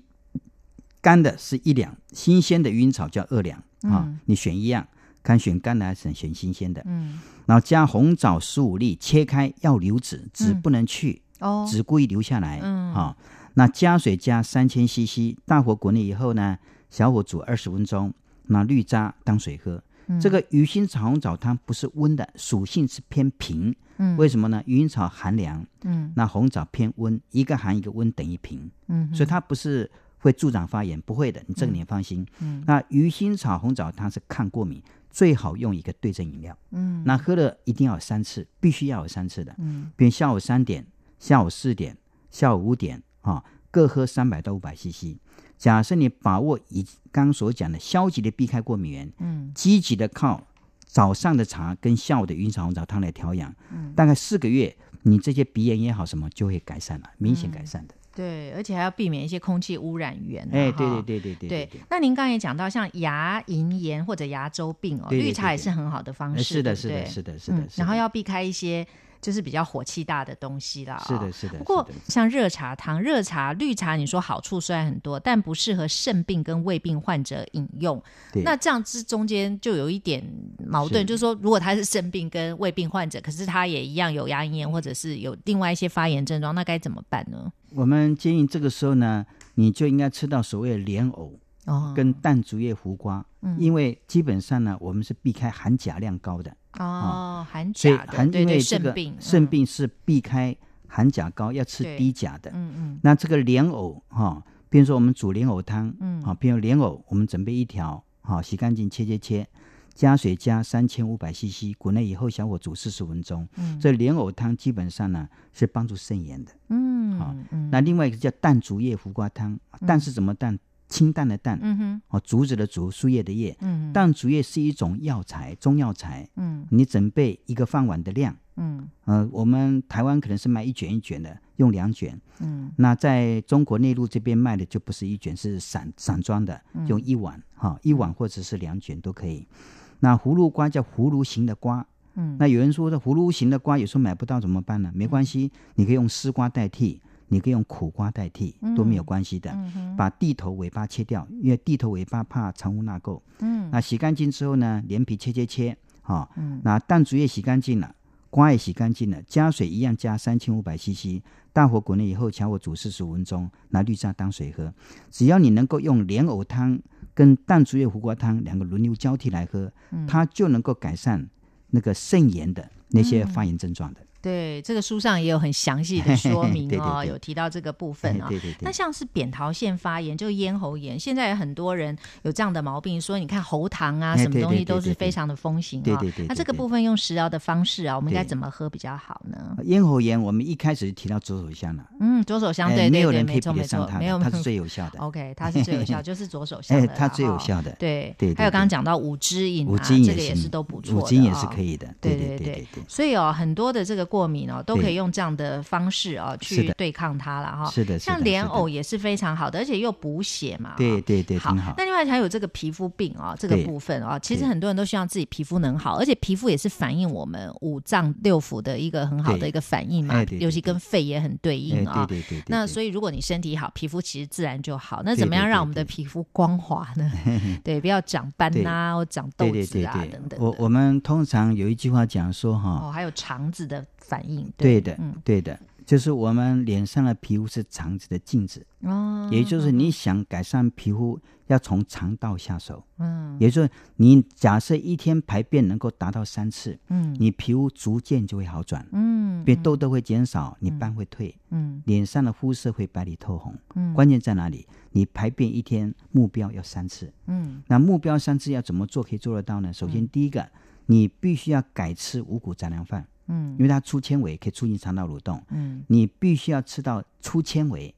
S2: 干的是一两，新鲜的鱼腥草叫二两啊、你选一样，看选干的还是选新鲜的。
S1: 嗯，
S2: 然后加红枣十五粒，切开要留籽，籽
S1: 嗯
S2: 不能去，
S1: 哦，
S2: 只故意留下来。
S1: 嗯
S2: 好、那加水加三千 CC，大火滚了以后呢，小火煮二十分钟，那绿渣当水喝。
S1: 嗯
S2: 这个鱼腥草红枣汤不是温的，属性是偏平。
S1: 嗯
S2: 为什么呢？鱼腥草寒凉，
S1: 嗯
S2: 那红枣偏温，一个寒一个温等于平，
S1: 嗯
S2: 所以它不是会助长发炎，不会的，你这个你放心。
S1: 嗯
S2: 那鱼腥草红枣汤是抗过敏，最好用一个对症饮料。
S1: 嗯，
S2: 那喝了一定要有三次，必须要有三次的。
S1: 嗯，
S2: 比如下午三点、下午四点、下午五点啊，各喝三百到五百 CC。假设你把握以刚所讲的消极的避开过敏源，
S1: 嗯，
S2: 积极的靠早上的茶跟下午的云草红枣汤来调养，嗯，大概四个月，你这些鼻炎也好什么就会改善了，明显改善的。
S1: 对，而且还要避免一些空气污染源、啊。
S2: 哎，
S1: 哈
S2: 对对对对对
S1: 对，那您刚才也讲到，像牙龈炎或者牙周病哦，
S2: 对对
S1: 绿
S2: 对
S1: 茶也
S2: 对
S1: 是很好的方
S2: 呃
S1: 式。
S2: 是的，
S1: 对不
S2: 是的，
S1: 嗯对
S2: 是的，是的，
S1: 嗯
S2: 是的
S1: 然后要避开一些就是比较火气大的东西啦、哦
S2: 是的，。是的，
S1: 不过
S2: 是的
S1: 像热茶汤、热茶、绿茶，你说好处虽然很多，但不适合肾病跟胃病患者饮用。
S2: 对
S1: 那这样之中间就有一点矛盾，
S2: 是
S1: 就是说，如果他是肾病跟胃病患者，可是他也一样有牙龈炎或者是有另外一些发炎症状，那该怎么办呢？
S2: 我们建议这个时候呢，你就应该吃到所谓的莲藕，
S1: 哦，嗯
S2: 跟淡竹叶胡瓜，因为基本上呢，我们是避开含钾量高的，
S1: 哦，含
S2: 啊所以
S1: 钾的，
S2: 含
S1: 对
S2: 因
S1: 对，
S2: 为这
S1: 肾
S2: 个
S1: 病，
S2: 肾
S1: 嗯，
S2: 病是避开含钾高，要吃
S1: 对
S2: 低钾的。
S1: 嗯嗯
S2: 那这个莲藕哈，比如说我们煮莲藕汤，
S1: 嗯
S2: 啊，比如莲藕，我们准备一条，好，洗干净，切切切，加水加三千五百 CC，滚了以后小火煮四十分钟。
S1: 嗯
S2: 这莲藕汤基本上呢是帮助肾炎的。
S1: 嗯，
S2: 好
S1: 嗯
S2: 那另外一个叫淡竹叶胡瓜汤，淡是怎么淡？清淡的淡，
S1: 嗯哼，
S2: 哦，竹子的竹，树叶的叶，
S1: 嗯
S2: 淡竹叶是一种药材，中药材。
S1: 嗯
S2: 你准备一个饭碗的量，
S1: 嗯
S2: 呃，我们台湾可能是卖一卷一卷的，用两卷。
S1: 嗯
S2: 那在中国内陆这边卖的就不是一卷，是散散装的，
S1: 嗯
S2: 用一碗哈、一碗或者是两卷都可以。那葫芦瓜叫葫芦形的瓜，
S1: 嗯
S2: 那有人说这葫芦形的瓜有时候买不到怎么办呢？没关系，你可以用丝瓜代替，你可以用苦瓜代替，都没有关系的。
S1: 嗯哼
S2: 把地头尾巴切掉，因为地头尾巴怕藏污纳垢。
S1: 嗯
S2: 那洗干净之后呢，连皮切切切，哈、
S1: 嗯
S2: 那淡竹叶洗干净了，瓜也洗干净了，加水一样加三千五百 CC，大火滚了以后，小火煮四十五分钟，拿绿茶当水喝。只要你能够用莲藕汤跟淡竹叶胡瓜汤两个轮流交替来喝，
S1: 嗯
S2: 它就能够改善那个肾炎的那些发炎症
S1: 嗯
S2: 状的。
S1: 对，这个书上也有很详细的说明哦，
S2: 对对对
S1: 有提到这个部分
S2: 哎
S1: 啊、
S2: 对对
S1: 那
S2: 对，
S1: 像是扁桃腺发炎，就咽喉炎，现在有很多人有这样的毛病，说你看喉糖啊，
S2: 哎
S1: 什么东西
S2: 对对对
S1: 都是
S2: 对对
S1: 非常的风行啊、
S2: 对对对对
S1: 那这个
S2: 对
S1: 部分用食疗的方式啊，我们应该
S2: 对
S1: 怎么喝比较好呢？
S2: 咽喉炎我们一开始提到左手香了，
S1: 嗯，左手香，
S2: 哎
S1: 对
S2: 没
S1: 对
S2: 有
S1: 对，
S2: 人可
S1: 没
S2: 以
S1: 错
S2: 比得
S1: 没
S2: 上
S1: 错，
S2: 它
S1: 没有
S2: 的，它是最
S1: 有
S2: 有效的。
S1: OK，它是最有 效，就是左手香
S2: 哎，
S1: 的啦，
S2: 它最
S1: 哈
S2: 有效的。
S1: 对
S2: 对对
S1: 还有刚刚
S2: 对
S1: 讲到五汁饮
S2: 五
S1: 啊，
S2: 金
S1: 这
S2: 也
S1: 个也
S2: 行
S1: 是都不错的、哦，
S2: 五金也是可以的。
S1: 对
S2: 对
S1: 对
S2: 对对，
S1: 所以哦，很多的这个过敏哦，都可以
S2: 对
S1: 用这样的方式哦
S2: 是
S1: 去
S2: 的
S1: 对抗它了哈、
S2: 是的，是
S1: 像
S2: 的
S1: 莲
S2: 是的
S1: 藕也是非常好的，而且又补血嘛、哦。
S2: 对对对，
S1: 好
S2: 挺好。哎
S1: 那另外还有这个皮肤病啊、这个
S2: 对
S1: 部分啊、其实
S2: 对
S1: 很多人都希望自己皮肤能好，而且皮肤也是反映我们五脏六腑的一个很好的
S2: 对
S1: 一个反应嘛，
S2: 哎对对
S1: 尤其
S2: 对
S1: 跟肺也很对应啊、
S2: 哎，对对对对。
S1: 那
S2: 对
S1: 所以，如果你身体好，皮肤其实自然就好。那
S2: 对
S1: 怎么样
S2: 对对
S1: 让我们的
S2: 对
S1: 皮肤光滑 呢？对，不要长斑呐、或长痘
S2: 对对
S1: 子
S2: 对
S1: 啊
S2: 对
S1: 等等的。
S2: 我我们通常有一句话讲说哈，
S1: 哦，还有肠子的反应。
S2: 对的
S1: 嗯，
S2: 对的，就是我们脸上的皮肤是肠子的镜子，
S1: 哦，
S2: 也就是你想改善皮肤，要从肠道下手。
S1: 嗯
S2: 也就是你假设一天排便能够达到三次，
S1: 嗯
S2: 你皮肤逐渐就会好转，
S1: 嗯
S2: 比如痘痘会减少，你斑会退，
S1: 嗯
S2: 脸上的肤色会白里透红。
S1: 嗯
S2: 关键在哪里？你排便一天目标要三次，
S1: 嗯
S2: 那目标三次要怎么做可以做得到呢？首先，第一个，你必须要改吃五谷杂粮饭，
S1: 嗯
S2: 因为它粗纤维可以促进肠道蠕动。
S1: 嗯
S2: 你必须要吃到粗纤维，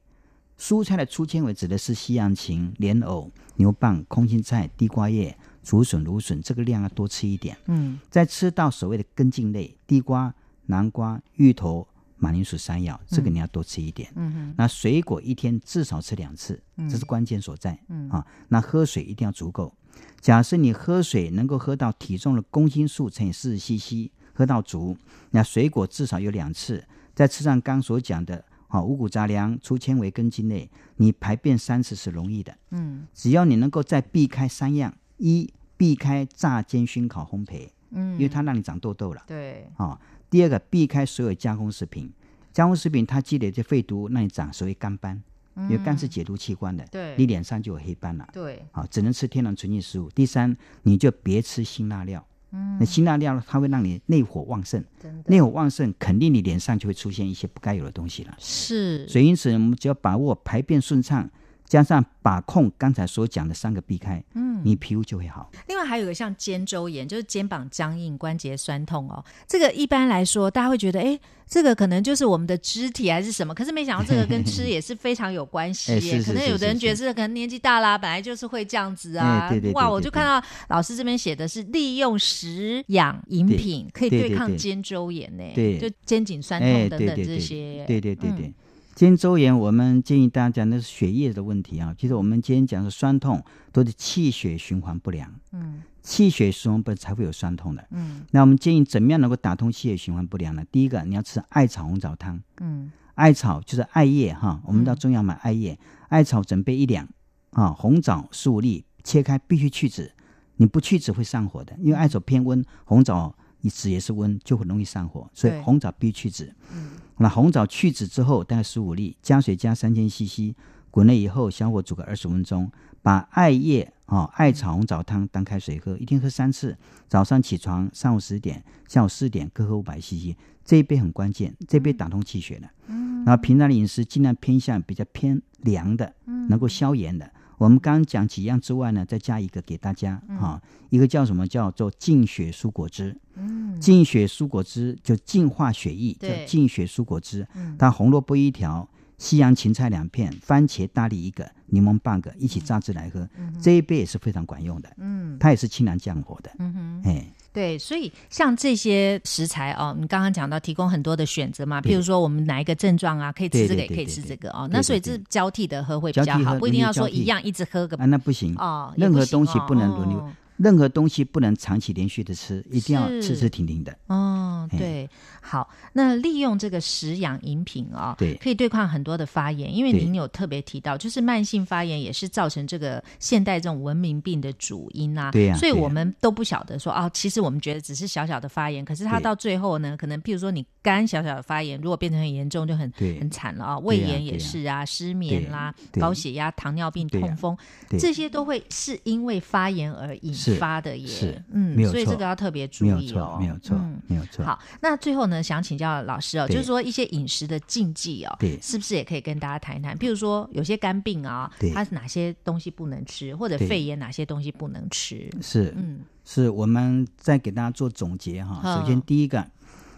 S2: 蔬菜的粗纤维指的是西洋芹、莲藕、牛蒡、空心菜、地瓜叶、竹笋、芦笋，这个量要多吃一点。
S1: 嗯
S2: 再吃到所谓的根茎类，地瓜、南瓜、芋头、马铃薯、山药，这个你要多吃一点。
S1: 嗯
S2: 那水果一天至少吃两次，这是关键所在。嗯啊，那喝水一定要足够。假设你喝水能够喝到体重的公斤数乘以四十 CC，喝到足，那水果至少有两次，再吃上刚所讲的啊五谷杂粮、粗纤维根茎类，你排便三次是容易的。
S1: 嗯
S2: 只要你能够再避开三样：一、避开炸、煎、熏、烤、烘焙，
S1: 嗯，
S2: 因为它让你长痘痘了。
S1: 对，
S2: 啊、第二个，避开所有加工食品。加工食品它积累的废毒，让你长所谓肝斑，因为肝是解毒器官的，
S1: 嗯对
S2: 你脸上就有黑斑了。
S1: 对，
S2: 啊、只能吃天然纯净食物。第三，你就别吃辛辣料。嗯，那辛辣料它会让你内火旺盛，
S1: 真的
S2: 内火旺盛，肯定你脸上就会出现一些不该有的东西了。
S1: 是，
S2: 所以，因此我们只要把握排便顺畅，加上把控刚才所讲的三个避开，嗯，你皮肤就会好。
S1: 另外还有一个像肩周炎，就是肩膀僵硬、关节酸痛哦。这个一般来说，大家会觉得，哎，这个可能就是我们的肢体还是什么？可是没想到这个跟吃也是非常有关系
S2: 哎
S1: 耶。
S2: 是是
S1: 可能
S2: 是
S1: 有的人
S2: 是
S1: 觉得
S2: 是
S1: 这个可能年纪大啦，本来就是会这样子啊。
S2: 哎对对对
S1: 哇，
S2: 对
S1: 我就
S2: 对
S1: 看到老师这边写的是利用食养饮
S2: 对
S1: 品可以
S2: 对
S1: 对
S2: 对
S1: 抗
S2: 对
S1: 肩周炎呢，
S2: 对
S1: 就肩颈酸
S2: 哎，
S1: 痛
S2: 对
S1: 等
S2: 对
S1: 等
S2: 对
S1: 这些。
S2: 对对对
S1: 嗯
S2: 对，肩周炎我们建议大家那是血液的问题啊。其实我们今天讲的酸痛都是气血循环不良，
S1: 嗯
S2: 气血循环不良才会有酸痛的。
S1: 嗯
S2: 那我们建议怎么样能够打通气血循环不良呢？第一个，你要吃艾草红枣汤，
S1: 嗯
S2: 艾草就是艾叶哈，我们到
S1: 嗯
S2: 中药买艾叶，艾草整杯一两啊，红枣十五粒，切开必须去籽，你不去籽会上火的，因为艾草偏温，红枣你籽也是温，就很容易上火，所以
S1: 对
S2: 红枣必须去籽。
S1: 嗯
S2: 那红枣去籽之后，大概十五粒，加水加三千 CC，滚了以后，小火煮个二十分钟，把艾叶哦艾草红枣汤当开水喝，一天喝三次，早上起床，上午十点，下午四点各喝五百 CC，这一杯很关键，这一杯打通气血的。嗯，然后平常的饮食尽量偏向比较偏凉的，
S1: 嗯
S2: 能够消炎的。我们刚刚讲几样之外呢，再加一个给大家啊，一个叫什么叫做净血蔬果汁，
S1: 嗯
S2: 净血蔬果汁就净化血液，叫
S1: 对
S2: 净血蔬果汁。
S1: 嗯
S2: 它红萝卜一条，西洋芹菜两片，番茄大粒一个，柠檬半个，一起榨汁来喝，这一杯也是非常管用的。
S1: 嗯
S2: 它也是清凉降火的。
S1: 嗯哼。
S2: 哎，
S1: 对，所以像这些食材哦，你刚刚讲到提供很多的选择嘛，譬如说我们哪一个症状啊，可以吃这个，
S2: 对对
S1: 也
S2: 对
S1: 可以吃这个哦。
S2: 对对
S1: 那所以这交替的喝会比较
S2: 交替
S1: 好，
S2: 喝
S1: 不一定要说
S2: 容易交替
S1: 一样一直喝个
S2: 啊，那不行，
S1: 哦，也
S2: 任何
S1: 行
S2: 东西
S1: 哦
S2: 不能轮流，
S1: 哦
S2: 任何东西不能长期连续的吃，一定要
S1: 是
S2: 吃吃停停的。
S1: 哦，
S2: 嘿
S1: 对，好，那利用这个食养饮品哦，
S2: 对
S1: 可以对抗很多的发炎，因为
S2: 对
S1: 您有特别提到，就是慢性发炎也是造成这个现代这种文明病的主因啊，
S2: 对呀
S1: 所以
S2: 对呀
S1: 我们都不晓得说啊，其实我们觉得只是小小的发炎，可是它
S2: 对
S1: 到最后呢，可能譬如说你肝小小的发炎，如果变成很严重，就很
S2: 对
S1: 很惨了啊，胃
S2: 对呀
S1: 炎也
S2: 对呀
S1: 是啊，失眠啦，
S2: 对
S1: 高血压、糖尿病、
S2: 对呀
S1: 痛风，
S2: 对
S1: 这些都会是因为发炎而引
S2: 是
S1: 发的耶，
S2: 是
S1: 嗯
S2: 没，有
S1: 所以这
S2: 错
S1: 个要特别注
S2: 没有
S1: 意哦
S2: 错，，没有错
S1: 嗯，
S2: 没有错。
S1: 好，那最后呢，想请教老师哦，就
S2: 对
S1: 是说一些饮食的禁忌哦，
S2: 对
S1: 是不是也可以跟大家谈一谈？譬如说有些肝病啊
S2: 对，
S1: 它是哪些东西不能吃，或者
S2: 对
S1: 肺炎哪些东西不能吃？
S2: 是
S1: 嗯，
S2: 是，我们再给大家做总结哈。
S1: 嗯
S2: 首先，第一个，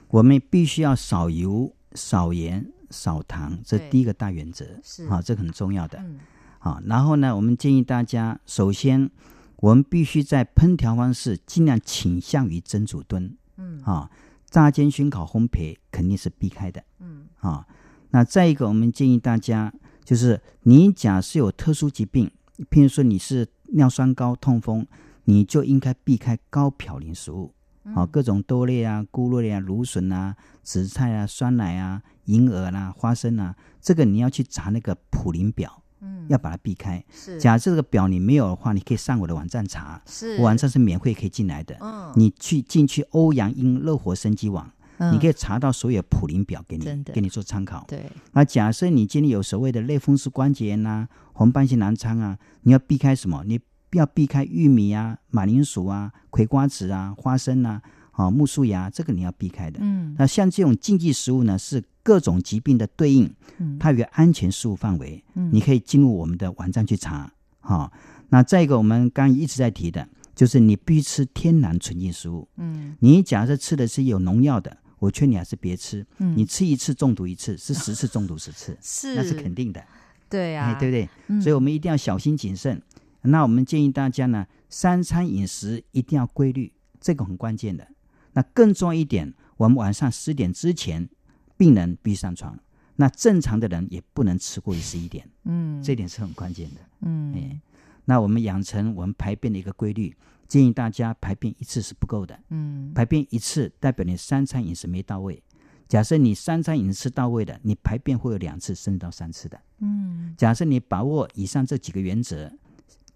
S2: 我们必须要少油、少盐、少糖，这
S1: 对
S2: 第一个大原则。
S1: 是
S2: 啊，这个很重要的。
S1: 嗯
S2: 好，然后呢，我们建议大家，首先我们必须在烹调方式尽量倾向于蒸煮炖，嗯，啊，炸煎熏烤烘焙肯定是避开的，嗯，啊，那再一个，我们建议大家，就是你假设有特殊疾病，譬如说你是尿酸高、痛风，你就应该避开高嘌呤食物。啊，各种豆类啊、菇类啊、芦笋啊、紫菜啊、酸奶啊、银耳啦、花生啊，这个你要去查那个普林表，
S1: 嗯，
S2: 要把它避开。
S1: 是
S2: 假设这个表你没有的话，你可以上我的网站查，
S1: 是
S2: 我网站是免费可以进来的。
S1: 嗯，
S2: 你去进去欧阳英乐活生机网，你可
S1: 以
S2: 以查到所有普林表给
S1: 嗯真
S2: 你，
S1: 的
S2: 给你做参考。
S1: 对
S2: 那假设你今天有所谓的类风湿关节炎呐、红斑性狼疮啊，你要避开什么？你要避开玉米啊、马铃薯啊、葵瓜子啊、花生啊、啊木树芽，这个你要避开的。
S1: 嗯
S2: 那像这种禁忌食物呢，是各种疾病的对应，
S1: 嗯
S2: 它有个安全食物范围，
S1: 嗯
S2: 你可以进入我们的网站去查。哈、那再一个，我们刚刚一直在提的，就是你必须吃天然纯净食物。
S1: 嗯
S2: 你假设吃的是有农药的，我劝你还是别吃。
S1: 嗯，
S2: 你吃一次中毒一次，是十次中毒十次
S1: 是
S2: 那是肯定的，
S1: 对
S2: 哎
S1: 啊，，
S2: 对不对？所以我们一定要小心谨慎。那我们建议大家呢，三餐饮食一定要规律，这个很关键的。那更重要一点，我们晚上十点之前，病人必须上床。那正常的人也不能吃过于十一点，
S1: 嗯
S2: 这点是很关键的。
S1: 嗯
S2: 哎，那我们养成我们排便的一个规律，建议大家排便一次是不够的。
S1: 嗯
S2: 排便一次代表你三餐饮食没到位。假设你三餐饮食到位的，你排便会有两次甚至到三次的。
S1: 嗯
S2: 假设你把握以上这几个原则，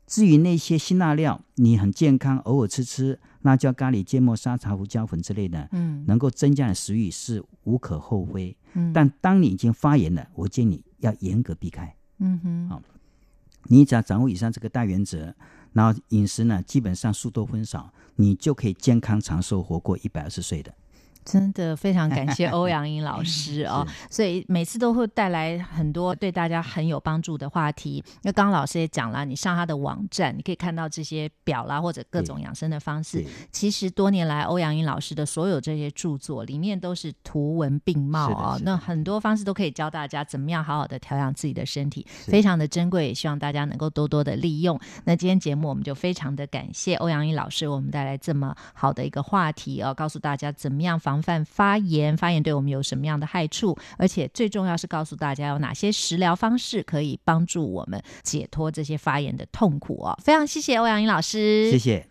S2: 至于那些辛辣料，你很健康，偶尔吃吃辣椒、咖喱、芥末、沙茶、胡椒粉之类的，
S1: 嗯
S2: 能够增加你的食欲是无可厚非。
S1: 嗯
S2: 但当你已经发炎了，我建议你要严格避开。
S1: 嗯哼
S2: 你只要掌握以上这个大原则，然后饮食呢基本上素多荤少，你就可以健康长寿活过一百二十岁的。
S1: 真的非常感谢欧阳英老师哦， 所以每次都会带来很多对大家很有帮助的话题。那刚刚老师也讲了，你上他的网站，你可以看到这些表啦，或者各种养生的方式。
S2: 对
S1: 其实多年来，欧阳英老师的所有这些著作里面都是图文并茂
S2: 是的
S1: 哦，
S2: 是的
S1: 那很多方式都可以教大家怎么样好好的调养自己的身体，非常的珍贵，也希望大家能够多多的利用。那今天节目我们就非常的感谢欧阳英老师，为我们带来这么好的一个话题哦，告诉大家怎么样防范发炎，发炎对我们有什么样的害处，而且最重要是告诉大家有哪些食疗方式可以帮助我们解脱这些发炎的痛苦哦。非常谢谢欧阳英老师，
S2: 谢谢。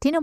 S1: 听众